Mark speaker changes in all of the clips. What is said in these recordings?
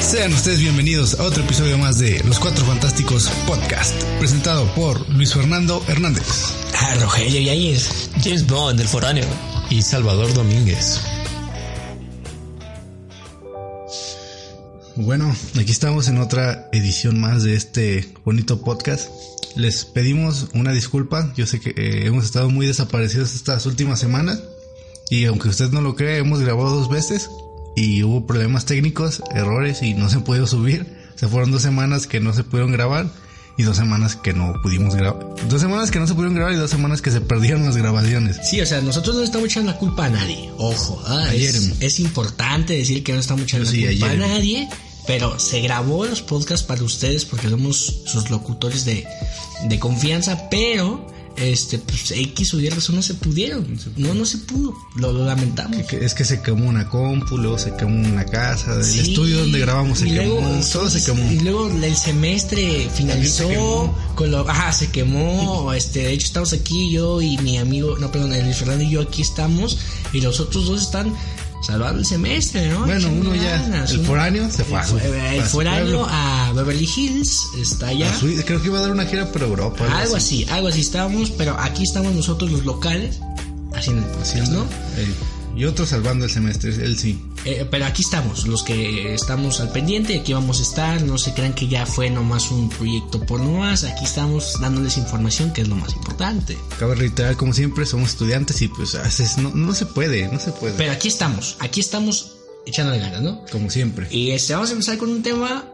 Speaker 1: Sean ustedes bienvenidos a otro episodio más de Los Cuatro Fantásticos Podcast, presentado por Luis Fernando Hernández.
Speaker 2: A Ah, Rogelio Yáñez, James Bond, del foráneo.
Speaker 3: Y Salvador Domínguez.
Speaker 1: Bueno, aquí estamos en otra edición más de este bonito podcast. Les pedimos una disculpa, yo sé que eh, hemos estado muy desaparecidos estas últimas semanas y aunque usted no lo cree, hemos grabado dos veces y hubo problemas técnicos, errores y no se pudo subir. Se fueron dos semanas que no se pudieron grabar y dos semanas que no pudimos grabar. Dos semanas que no se pudieron grabar y dos semanas que se perdieron las grabaciones.
Speaker 2: Sí, o sea, nosotros no estamos echando la culpa a nadie. Ojo, ah,
Speaker 1: Ayer.
Speaker 2: es, es importante decir que no estamos echando
Speaker 1: Sí,
Speaker 2: la culpa
Speaker 1: ayer.
Speaker 2: a nadie, pero se grabó los podcasts para ustedes porque somos sus locutores de, de confianza, pero este, pues, X o Y razón no se pudieron. No, no se pudo. Lo, lo lamentamos.
Speaker 1: Que- Es que se quemó una compu, luego se quemó una casa, el
Speaker 2: Sí,
Speaker 1: estudio donde grabamos se
Speaker 2: y
Speaker 1: quemó,
Speaker 2: luego-
Speaker 1: todo se quemó.
Speaker 2: Y luego el semestre finalizó
Speaker 1: También se quemó.
Speaker 2: con lo, ajá, se quemó, este, de hecho estamos aquí yo y mi amigo, no, perdón, el Luis Fernando y yo aquí estamos y los otros dos están salvando el semestre, ¿no?
Speaker 1: Bueno,
Speaker 2: Echando
Speaker 1: uno ya,
Speaker 2: ganas,
Speaker 1: el
Speaker 2: uno-
Speaker 1: foráneo se fue.
Speaker 2: el
Speaker 1: a su-
Speaker 2: fu- eh,
Speaker 1: a
Speaker 2: el
Speaker 1: su
Speaker 2: foráneo
Speaker 1: pueblo,
Speaker 2: a Beverly Hills está allá.
Speaker 1: a su- creo que iba a dar una gira por Europa.
Speaker 2: Algo así, algo así estábamos, pero aquí estamos nosotros los locales haciendo el podcast,
Speaker 1: Haciendo,
Speaker 2: ¿no?
Speaker 1: eh, y otro salvando el semestre, él sí.
Speaker 2: Eh, pero aquí estamos, los que estamos al pendiente, aquí vamos a estar, no se crean que ya fue nomás un proyecto por nomás, aquí estamos dándoles información que es lo más importante.
Speaker 1: Cabe reiterar, como siempre, somos estudiantes y pues a veces no, no se puede, no se puede.
Speaker 2: Pero aquí estamos, aquí estamos echándole ganas, ¿no?
Speaker 1: como siempre.
Speaker 2: Y este, vamos a empezar con un tema...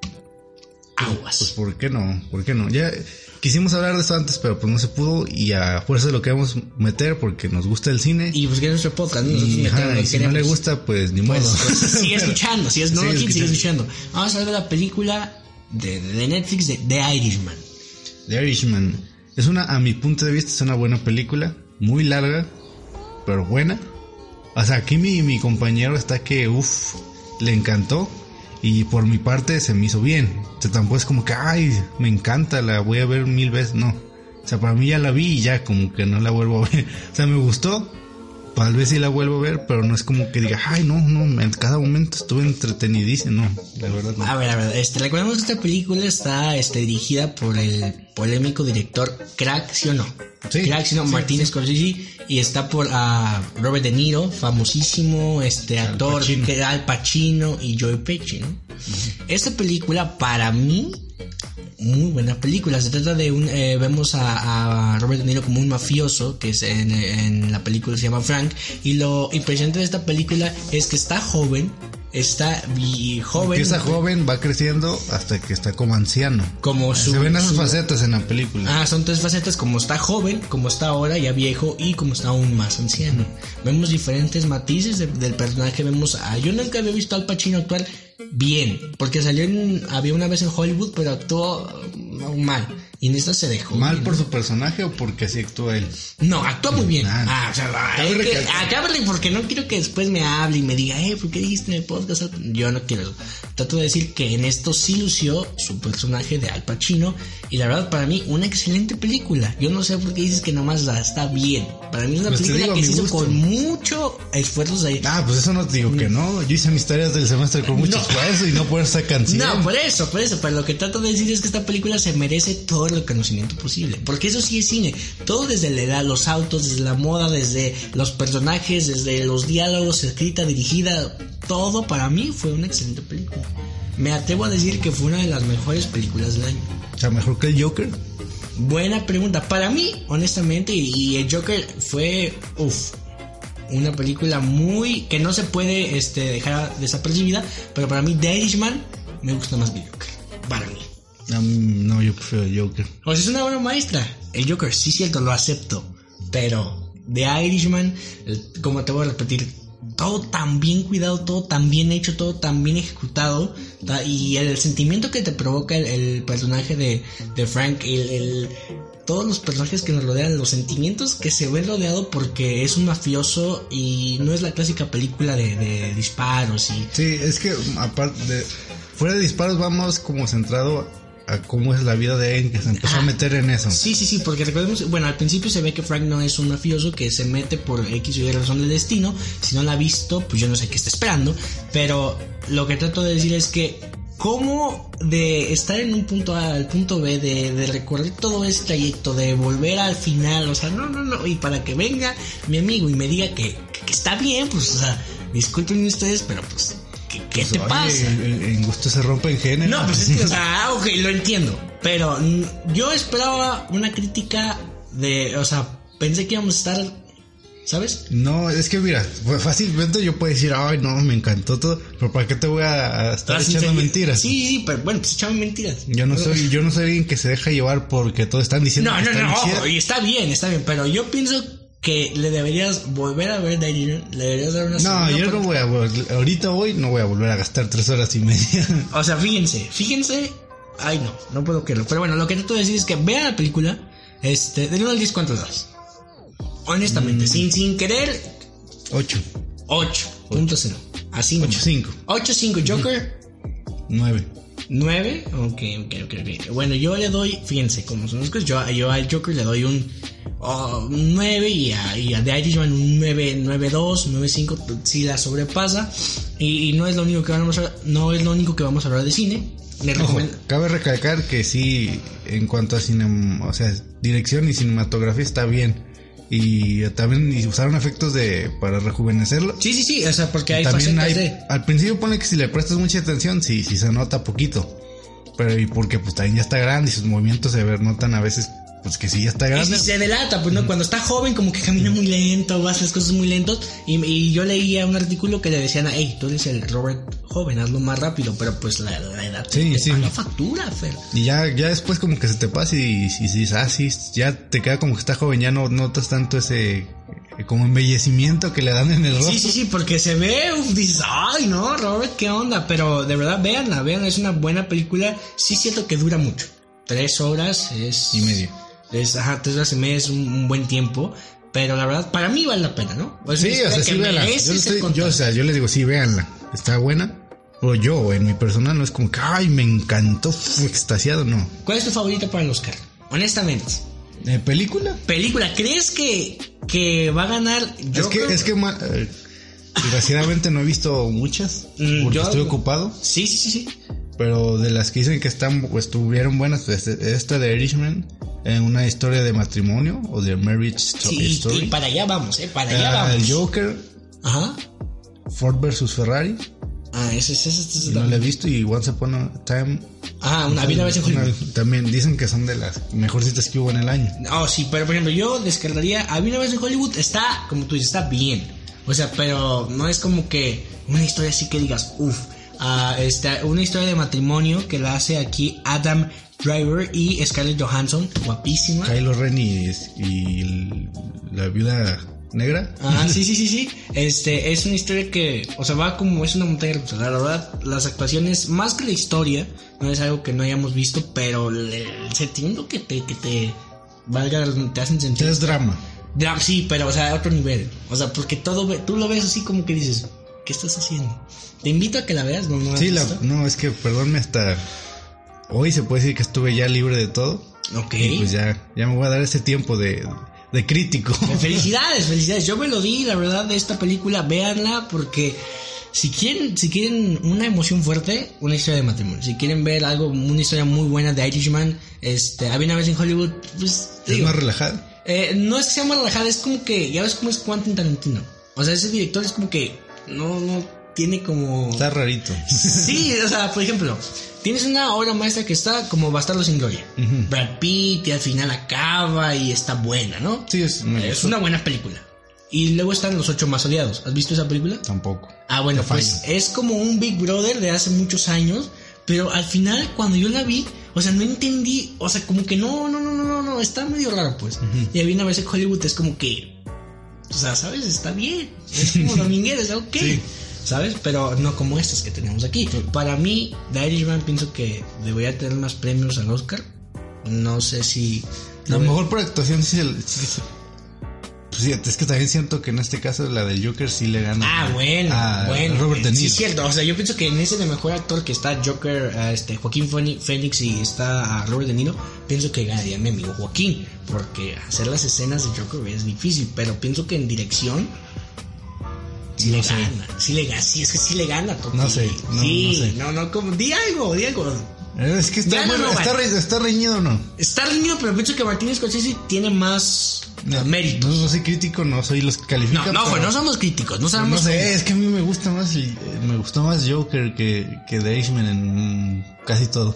Speaker 1: Pues
Speaker 2: Aguas.
Speaker 1: ¿por qué no? ¿Por qué no? Ya quisimos hablar de esto antes, pero pues no se pudo y a fuerza lo queremos meter porque nos gusta el cine. Y,
Speaker 2: Y pues que es nuestro podcast, ¿no? Nosotros metemos
Speaker 1: ajá,
Speaker 2: lo que
Speaker 1: y si no le
Speaker 2: queremos.
Speaker 1: gusta, pues ni
Speaker 2: Pues,
Speaker 1: modo.
Speaker 2: pues, sigue escuchando, si es no,
Speaker 1: Sigue
Speaker 2: sigue, sigue
Speaker 1: escuchando.
Speaker 2: escuchando. Vamos a ver la película de, de Netflix de The Irishman.
Speaker 1: The Irishman es una, a mi punto de vista, es una buena película, muy larga, pero buena. O sea, aquí mi, mi compañero está que, uff, le encantó. Y por mi parte se me hizo bien. O sea, tampoco es como que, ay, me encanta, la voy a ver mil veces. No. O sea, para mí ya la vi y ya como que no la vuelvo a ver. O sea, me gustó. Tal vez sí la vuelvo a ver, pero no es como que diga, ay, no, no, en cada momento estuve entretenidísimo. No, la verdad no.
Speaker 2: A ver, a ver, este, recordemos que esta película está este, dirigida por el polémico director Crack, ¿sí o no?
Speaker 1: Sí,
Speaker 2: Crack, ¿sí o no?
Speaker 1: sí,
Speaker 2: Martin Scorsese, y está por ah, Robert De Niro, famosísimo este actor,
Speaker 1: Pacino.
Speaker 2: que era Al Pacino y Joe Pesci, ¿no? Esta película, para mí, muy buena película. Se trata de un. eh, vemos a, a Robert De Niro como un mafioso, que es en, en la película se llama Frank. Y lo impresionante de esta película es que está joven. Está vi- joven.
Speaker 1: Empieza joven, va creciendo hasta que está como anciano.
Speaker 2: Como su.
Speaker 1: Ah, Se ven esas
Speaker 2: su-
Speaker 1: facetas en la película.
Speaker 2: Ah, son tres facetas, como está joven, como está ahora ya viejo y como está aún más anciano. Vemos diferentes matices de- del personaje, vemos a... Yo nunca había visto al Pacino actuar bien, porque salió en... Había una vez en Hollywood, pero actuó mm, mal. Y en esta se dejó.
Speaker 1: ¿Mal por su personaje o porque así actúa él?
Speaker 2: No, actúa muy bien.
Speaker 1: Ah,
Speaker 2: Ah, o sea, ah,
Speaker 1: Cabe
Speaker 2: es que-
Speaker 1: recalcar.
Speaker 2: ah, cabe re- porque no quiero que después me hable y me diga, eh, ¿por qué dijiste en el podcast? algo?" Yo no quiero eso. Trato de decir que en esto sí lució su personaje de Al Pacino. Y la verdad, para mí, una excelente película. Yo no sé por qué dices que nomás la está bien. Para mí es una
Speaker 1: Pues te
Speaker 2: película
Speaker 1: digo, a
Speaker 2: que
Speaker 1: mi
Speaker 2: se hizo
Speaker 1: gusto.
Speaker 2: con mucho esfuerzo. de-
Speaker 1: Ah, pues eso no te digo que no. Yo hice mis tareas del semestre con mucho
Speaker 2: No.
Speaker 1: esfuerzo y no por esa canción.
Speaker 2: No, por eso, por eso. Pero lo que trato de decir es que esta película se merece todo el conocimiento posible. Porque eso sí es cine. Todo desde la edad, los autos, desde la moda, desde los personajes, desde los diálogos, escrita, dirigida. Todo para mí fue una excelente película. Me atrevo a decir que fue una de las mejores películas del año.
Speaker 1: O sea, mejor que el Joker.
Speaker 2: Buena pregunta. Para mí, honestamente, y, y el Joker fue, uff, una película muy que no se puede este, dejar desapercibida. Pero para mí, The Irishman me gusta más que el Joker. Para mí.
Speaker 1: Ah, mm, no, yo prefiero el Joker.
Speaker 2: O sea, es una obra maestra. El Joker, sí, cierto, lo acepto. Pero The Irishman, el- como te voy a repetir, todo tan bien cuidado, todo tan bien hecho, todo tan bien ejecutado. ta- Y el sentimiento que te provoca el, el personaje de, de Frank, el- el- todos los personajes que nos rodean, los sentimientos que se ven rodeado porque es un mafioso y no es la clásica película de, de disparos y...
Speaker 1: Sí, es que aparte de... Fuera de disparos vamos como centrado a cómo es la vida de alguien que se empezó a meter en eso.
Speaker 2: Sí, sí, sí, porque recordemos, bueno, al principio se ve que Frank no es un mafioso que se mete por X o Y razón del destino. Si no la ha visto, pues yo no sé qué está esperando. Pero lo que trato de decir es que cómo de estar en un punto A al punto B, de, de recorrer todo ese trayecto, de volver al final, o sea, no, no, no, y para que venga mi amigo y me diga que, que está bien, pues, o sea, disculpen ustedes, pero pues, ¿qué, qué
Speaker 1: Pues,
Speaker 2: te
Speaker 1: oye,
Speaker 2: pasa?
Speaker 1: En, en gusto se rompe en género.
Speaker 2: No, pues es que, o sea, ah, ok, lo entiendo. Pero mm, yo esperaba una crítica de, o sea, pensé que íbamos a estar, ¿sabes?
Speaker 1: No, es que mira, fue- fácilmente yo puedo decir, ay, no, me encantó todo, pero ¿para qué te voy a a estar
Speaker 2: Sin
Speaker 1: echando
Speaker 2: seguir-
Speaker 1: mentiras?
Speaker 2: Sí, sí, pero bueno, pues echaban mentiras.
Speaker 1: Yo no soy, yo no soy alguien que se deja llevar porque todos están diciendo
Speaker 2: No,
Speaker 1: que
Speaker 2: no,
Speaker 1: están
Speaker 2: no,
Speaker 1: chidas.
Speaker 2: ojo, y está bien, está bien, pero yo pienso que le deberías volver a ver The Irishman, le deberías dar una
Speaker 1: No,
Speaker 2: segunda
Speaker 1: yo no
Speaker 2: oportunidad.
Speaker 1: voy a vol- ahorita voy, no voy a volver a gastar tres horas y media.
Speaker 2: O sea, fíjense, fíjense. Ay, no, no puedo creerlo. Pero bueno, lo que trato de decir es que vean la película. Este, del 1 al 10, ¿cuánto le das? Honestamente,
Speaker 1: Mm.
Speaker 2: sin, sin querer,
Speaker 1: Ocho,
Speaker 2: 8.0. Así
Speaker 1: ocho, cinco,
Speaker 2: 8.5 Joker.
Speaker 1: nueve.
Speaker 2: 9. Ok, ok, ok, ok. Bueno, yo le doy, fíjense como son las cosas, yo, yo al Joker le doy un 9 y a, y a The Irishman un 9, 9.2, 9.5 si la sobrepasa. Y, y no es lo único que vamos a no es lo único que vamos a hablar de cine. Le
Speaker 1: Ojo,
Speaker 2: recomiendo-
Speaker 1: cabe recalcar que sí, en cuanto a cine, o sea, dirección y cinematografía está bien. Y también y usaron efectos de para rejuvenecerlo.
Speaker 2: Sí, sí, sí, o sea, porque hay
Speaker 1: también
Speaker 2: facetas
Speaker 1: hay,
Speaker 2: de...
Speaker 1: al principio pone que si le prestas mucha atención, sí, sí se nota poquito. Pero y porque pues también ya está grande y sus movimientos se ver- notan a veces pues que sí ya está
Speaker 2: Y
Speaker 1: grande.
Speaker 2: si se delata, pues no, cuando está joven como que camina muy lento, hace las cosas muy lentos. Y, y yo leía un artículo que le decían, hey, tú eres el Robert joven, hazlo más rápido, pero pues la, la edad te-
Speaker 1: Sí,
Speaker 2: te
Speaker 1: sí.
Speaker 2: paga factura, Fer.
Speaker 1: Y ya, ya después como que se te pasa y, y, y dices, ah, sí, ya te queda como que está joven, ya no notas tanto ese eh, como embellecimiento que le dan en el rostro.
Speaker 2: Sí, sí, sí, porque se ve, uf, dices, ay, no, Robert, qué onda, pero de verdad, véanla, vean, es una buena película. Sí siento que dura mucho, tres horas es...
Speaker 1: Y medio.
Speaker 2: Es, ajá, tres horas y media es un, un buen tiempo, pero la verdad, para mí vale la pena, ¿no? Es
Speaker 1: Sí,
Speaker 2: una
Speaker 1: o
Speaker 2: historia
Speaker 1: sea,
Speaker 2: que
Speaker 1: sí, véanla.
Speaker 2: merece
Speaker 1: Yo, le
Speaker 2: ser
Speaker 1: estoy- yo,
Speaker 2: contada.
Speaker 1: o sea, yo les digo, sí, véanla. Está buena. Pero yo, en mi persona, no es como que, ay, me encantó, fue extasiado, no.
Speaker 2: ¿Cuál es tu favorita para el Oscar? Honestamente.
Speaker 1: ¿Eh, ¿Película?
Speaker 2: Película, ¿crees que, que va a ganar Joker?
Speaker 1: Es que, es que, ma- eh, desgraciadamente no he visto muchas,
Speaker 2: Mm,
Speaker 1: porque
Speaker 2: yo-
Speaker 1: estoy ocupado.
Speaker 2: Sí, sí, sí, sí.
Speaker 1: Pero de las que dicen que están, o estuvieron buenas, pues, esta de Irishman, eh, una historia de matrimonio o de marriage sto-
Speaker 2: Sí, y,
Speaker 1: story.
Speaker 2: y para allá vamos, ¿eh? Para allá
Speaker 1: Ah,
Speaker 2: vamos.
Speaker 1: el Joker,
Speaker 2: Ajá.
Speaker 1: Ford versus Ferrari,
Speaker 2: Ah, ese es,
Speaker 1: y
Speaker 2: ese
Speaker 1: no la he visto, y Once Upon a Time.
Speaker 2: Ah, una vida vez en
Speaker 1: una-
Speaker 2: Hollywood.
Speaker 1: también dicen que son de las mejores citas que hubo en el año.
Speaker 2: Oh, sí, pero por ejemplo, yo descartaría A una vez en Hollywood está, como tú dices, está bien. O sea, pero no es como que una historia así que digas, uff. Ah, está una historia de matrimonio que la hace aquí Adam Driver y Scarlett Johansson, guapísima.
Speaker 1: Kylo Ren y, y el- la viuda negra.
Speaker 2: Ah, sí, sí, sí, sí. Este, es una historia que, o sea, va como es una montaña rusa. La verdad, las actuaciones, más que la historia, no es algo que no hayamos visto, pero el, el sentimiento que te, que te valga, te hacen sentir.
Speaker 1: Es drama.
Speaker 2: Dra- Sí, pero, o sea, a otro nivel. O sea, porque todo, ve- tú lo ves así como que dices, ¿qué estás haciendo? Te invito a que la veas, no, no.
Speaker 1: Sí, la,
Speaker 2: has visto?
Speaker 1: no, es que, perdónme, hasta hoy se puede decir que estuve ya libre de todo.
Speaker 2: Ok.
Speaker 1: Y pues ya, ya me voy a dar ese tiempo de, de crítico.
Speaker 2: Felicidades, felicidades. Yo me lo di, la verdad, de esta película. Véanla porque si quieren, si quieren una emoción fuerte, una historia de matrimonio. Si quieren ver algo, una historia muy buena de Irishman, este, había una vez en Hollywood, pues
Speaker 1: Es
Speaker 2: digo,
Speaker 1: más relajada.
Speaker 2: eh, no es que sea más relajada, es como que ya ves cómo es Quentin Tarantino. O sea, ese director es como que no, no tiene como
Speaker 1: Está rarito.
Speaker 2: Sí, o sea, por ejemplo, tienes una obra maestra que está como Bastardo sin Gloria.
Speaker 1: Ujú.
Speaker 2: Brad Pitt y al final acaba y está buena, ¿no?
Speaker 1: Sí, es, me
Speaker 2: Es
Speaker 1: gustó.
Speaker 2: una buena película. Y luego están Los Ocho Más Odiados. ¿Has visto esa película?
Speaker 1: Tampoco.
Speaker 2: Ah, bueno,
Speaker 1: The
Speaker 2: pues es como un Big Brother de hace muchos años. Pero al final, cuando yo la vi, o sea, no entendí. O sea, como que no, no, no, no, no, no. Está medio raro, pues. Y había una vez en Hollywood, es como que. O sea, ¿sabes? Está bien. Es como Domínguez, está ok.
Speaker 1: Sí.
Speaker 2: ¿Sabes? Pero no como estas que tenemos aquí. Para mí, The Irishman pienso que debería tener más premios al Oscar. No sé si.
Speaker 1: A lo mejor por actuación sí, se- sí se- Pues sí, es que también siento que en este caso la del Joker sí le gana.
Speaker 2: Ah, bueno,
Speaker 1: a
Speaker 2: bueno.
Speaker 1: Robert De Niro.
Speaker 2: Sí, es cierto. O sea, yo pienso que en ese de mejor actor que está Joker, ah, este, Joaquín Foni- Phoenix y está ah, Robert De Niro, pienso que ganaría mi amigo Joaquín. Porque hacer las escenas de Joker es difícil, pero pienso que en dirección. Sí
Speaker 1: No
Speaker 2: le
Speaker 1: sé.
Speaker 2: gana, sí le gana, sí, es que sí le gana, Toti.
Speaker 1: No sé, no,
Speaker 2: sí,
Speaker 1: no sé.
Speaker 2: no, no, como, di algo, di algo.
Speaker 1: Es que está,
Speaker 2: Gana
Speaker 1: bueno,
Speaker 2: Robert.
Speaker 1: está, re- está reñido o no.
Speaker 2: Está reñido, pero pienso que Martínez Scorsese tiene más
Speaker 1: No,
Speaker 2: mérito.
Speaker 1: No, no soy crítico, no soy los que califican.
Speaker 2: No, no,
Speaker 1: pero-
Speaker 2: pues no somos críticos, no
Speaker 1: No
Speaker 2: sabemos.
Speaker 1: sé, es que a mí me gusta más el- eh, me gustó más Joker que, que The Irishman en mm, casi todo.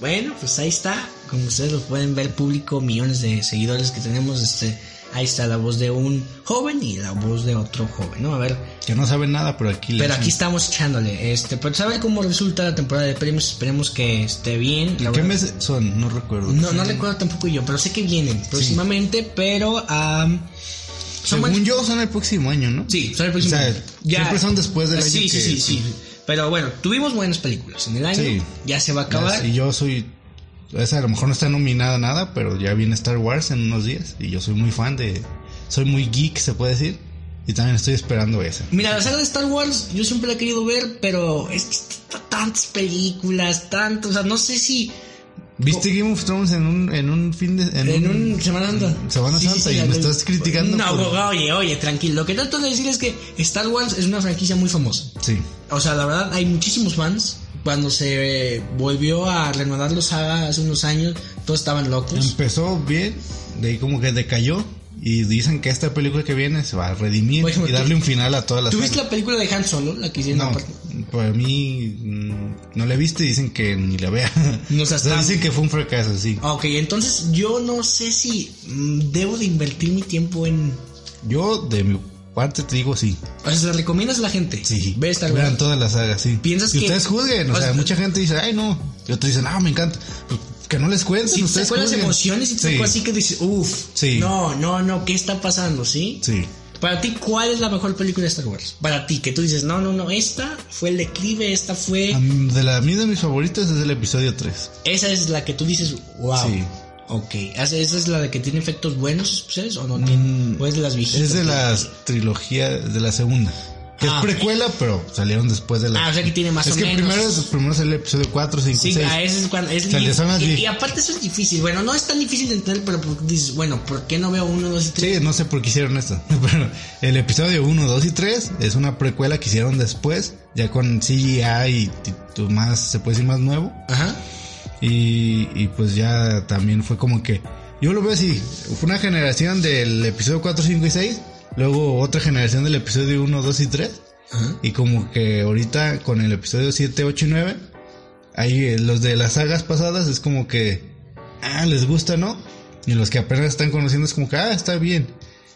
Speaker 2: Bueno, pues ahí está. Como ustedes lo pueden ver, público, millones de seguidores que tenemos. Este, ahí está la voz de un joven y la voz de otro joven, ¿no? A ver.
Speaker 1: Que no sabe nada, pero aquí le
Speaker 2: Pero
Speaker 1: hacen-
Speaker 2: aquí estamos echándole. Este, pues a ver cómo resulta la temporada de premios. Esperemos que esté bien. La
Speaker 1: ¿Qué
Speaker 2: verdad-
Speaker 1: meses son? No recuerdo.
Speaker 2: No, no recuerdo tampoco yo, pero sé que vienen próximamente, pero am, son
Speaker 1: Según
Speaker 2: buenos-
Speaker 1: yo son el próximo año, ¿no?
Speaker 2: Sí, son el próximo
Speaker 1: O sea,
Speaker 2: año.
Speaker 1: siempre son después del
Speaker 2: sí,
Speaker 1: año
Speaker 2: Sí,
Speaker 1: que-
Speaker 2: sí, sí, Pero bueno, tuvimos buenas películas en el año.
Speaker 1: Sí.
Speaker 2: Ya se va a acabar.
Speaker 1: Y yo soy esa a lo mejor no está nominada a nada, pero ya viene Star Wars en unos días y yo soy muy fan de soy muy geek, se puede decir, y también estoy esperando esa.
Speaker 2: Mira, la saga de Star Wars yo siempre la he querido ver, pero es que está tantas películas, tantas, o sea, no sé si
Speaker 1: ¿Viste Game of Thrones en un en un fin de en,
Speaker 2: en
Speaker 1: un-
Speaker 2: un Semana Santa.
Speaker 1: Semana Santa y
Speaker 2: la
Speaker 1: me
Speaker 2: del-
Speaker 1: estás criticando
Speaker 2: No,
Speaker 1: por-
Speaker 2: oye, oye, tranquilo. Lo que trato de decir es que Star Wars es una franquicia muy famosa.
Speaker 1: Sí.
Speaker 2: O sea, la verdad, hay muchísimos fans. Cuando se eh, volvió a renovar la saga hace unos años, todos estaban locos.
Speaker 1: Empezó bien, de ahí como que decayó y dicen que esta película que viene se va a redimir
Speaker 2: Por ejemplo,
Speaker 1: y darle
Speaker 2: ¿tú-
Speaker 1: un final a todas las
Speaker 2: ¿Tú viste la película de Han Solo? La que hicieron
Speaker 1: No,
Speaker 2: aparte?
Speaker 1: para mí mm, no la viste, dicen que ni la vea.
Speaker 2: No
Speaker 1: O
Speaker 2: seas
Speaker 1: sea,
Speaker 2: tan- Ah.
Speaker 1: dicen que fue un fracaso, sí.
Speaker 2: Ok, entonces yo no sé si mm, debo de invertir mi tiempo en
Speaker 1: Yo de mi parte te digo sí.
Speaker 2: O sea, ¿se la recomiendas a la gente? Ve Star Wars.
Speaker 1: Vean todas las sagas, sí.
Speaker 2: ¿Piensas
Speaker 1: y
Speaker 2: que-
Speaker 1: ustedes juzguen, o,
Speaker 2: o
Speaker 1: sea,
Speaker 2: sea,
Speaker 1: mucha gente dice, ay no, y otros dicen, ah, me encanta. Pues, que no les cuenten,
Speaker 2: Si te
Speaker 1: ustedes
Speaker 2: acuerdas
Speaker 1: juzguen.
Speaker 2: emociones y te
Speaker 1: sí.
Speaker 2: tocó así que dices, uff,
Speaker 1: Sí.
Speaker 2: no, no, no, ¿qué está pasando? ¿Sí?
Speaker 1: Sí.
Speaker 2: Para ti, ¿cuál es la mejor película de Star Wars? Para ti, que tú dices, no, no, no, esta fue el declive, esta fue...
Speaker 1: A mí- de la, a mí de mis favoritas es el episodio 3.
Speaker 2: Esa es la que tú dices, wow.
Speaker 1: Sí.
Speaker 2: Ok, ¿esa esa es la de que tiene efectos buenos especiales o no tiene?
Speaker 1: Mm,
Speaker 2: ¿O es de las viejitas?
Speaker 1: Es de las trilogías de la segunda. Que
Speaker 2: Ah,
Speaker 1: es precuela, pero salieron después de la.
Speaker 2: Ah, o sea que tiene más
Speaker 1: es
Speaker 2: o
Speaker 1: que
Speaker 2: menos.
Speaker 1: primero, es- primero es el episodio 4, 5,
Speaker 2: Sí,
Speaker 1: 6.
Speaker 2: a ese es cuando es
Speaker 1: O sea, le son las
Speaker 2: y,
Speaker 1: vie-
Speaker 2: y aparte eso es difícil. Bueno, no es tan difícil de entender, pero porque dices, bueno, ¿por qué no veo uno, dos y tres?
Speaker 1: Sí, no sé por qué hicieron esto. Pero el episodio 1, 2 y 3 es una precuela que hicieron después, ya con CGI y, t- t- más, se puede decir más nuevo.
Speaker 2: Ajá.
Speaker 1: Y, y pues ya también fue como que. Yo lo veo así: fue una generación del episodio 4, 5 y 6, luego otra generación del episodio 1, 2 y 3.
Speaker 2: Ajá.
Speaker 1: Y como que ahorita con el episodio 7, 8 y 9, ahí eh, los de las sagas pasadas es como que, ah, les gusta, ¿no? Y los que apenas están conociendo es como que, ah, está bien.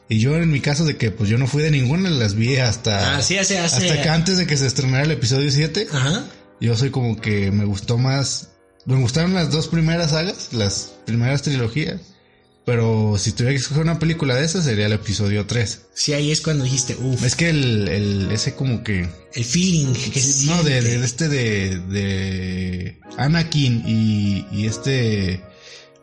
Speaker 1: Y yo en mi caso de que pues yo no fui de ninguna, las vi hasta...
Speaker 2: Ah, sí, Ah. hace- hace-
Speaker 1: Hasta que antes de que se estrenara el episodio 7,
Speaker 2: Ajá.
Speaker 1: yo soy como que me gustó más... Me gustaron las dos primeras sagas, las primeras trilogías. Pero si tuviera que escoger una película de esas sería el episodio 3.
Speaker 2: Sí, ahí es cuando dijiste, uff,
Speaker 1: Es que el, el, ese como que...
Speaker 2: el feeling que
Speaker 1: Sí,
Speaker 2: se
Speaker 1: no, de,
Speaker 2: siente.
Speaker 1: de- de este de, de Anakin y, y este.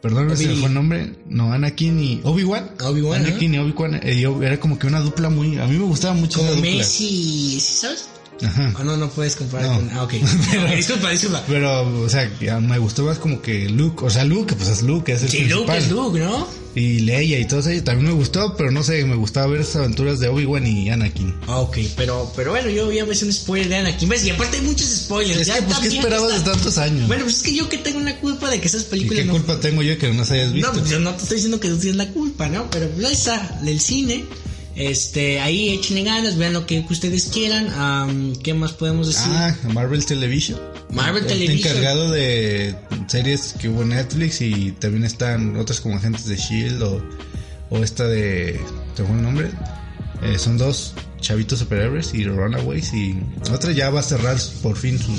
Speaker 1: Perdón, no se me
Speaker 2: Obi-
Speaker 1: fue el nombre. No, Anakin y Obi-Wan.
Speaker 2: Obi-Wan,
Speaker 1: Anakin y Obi-Wan. eh, y Obi- era como que una dupla muy. A mí me gustaba mucho
Speaker 2: Como
Speaker 1: esa dupla.
Speaker 2: Messi, ¿sí ¿sabes?
Speaker 1: Ajá.
Speaker 2: O no, no puedes comparar
Speaker 1: Mm. No.
Speaker 2: con... Ah, ok. disculpa, disculpa.
Speaker 1: Pero, o sea, ya me gustó más como que Luke. O sea, Luke, pues es Luke, es el
Speaker 2: Sí,
Speaker 1: principal.
Speaker 2: Luke es Luke, ¿no?
Speaker 1: Y Leia y todos ellos también me gustó, pero no sé, me gustaba ver esas aventuras de Obi-Wan y Anakin.
Speaker 2: Ah, ok, pero, pero bueno, yo ya me hice un spoiler de Anakin. ¿Ves? Y aparte hay muchos spoilers.
Speaker 1: Es
Speaker 2: ya
Speaker 1: que, pues, ¿qué
Speaker 2: también
Speaker 1: esperabas de
Speaker 2: está-
Speaker 1: tantos años?
Speaker 2: Bueno, pues es que yo que tengo la culpa de que esas
Speaker 1: ¿Y
Speaker 2: películas
Speaker 1: qué
Speaker 2: no...
Speaker 1: culpa tengo yo que no las hayas visto?
Speaker 2: No, pues yo no te estoy diciendo que tú tienes la culpa, ¿no? Pero pues ahí está, del cine. Este, ahí échenle ganas, vean lo que ustedes quieran. Am, ¿Qué más podemos decir?
Speaker 1: Ah, Marvel Television.
Speaker 2: Marvel
Speaker 1: Está
Speaker 2: Television.
Speaker 1: encargado de series que hubo en Netflix y también están otras como Agentes de Shield E o, o esta de. ¿Tengo el nombre? Eh, son dos chavitos superhéroes y Runaways y otra ya va a cerrar por fin su.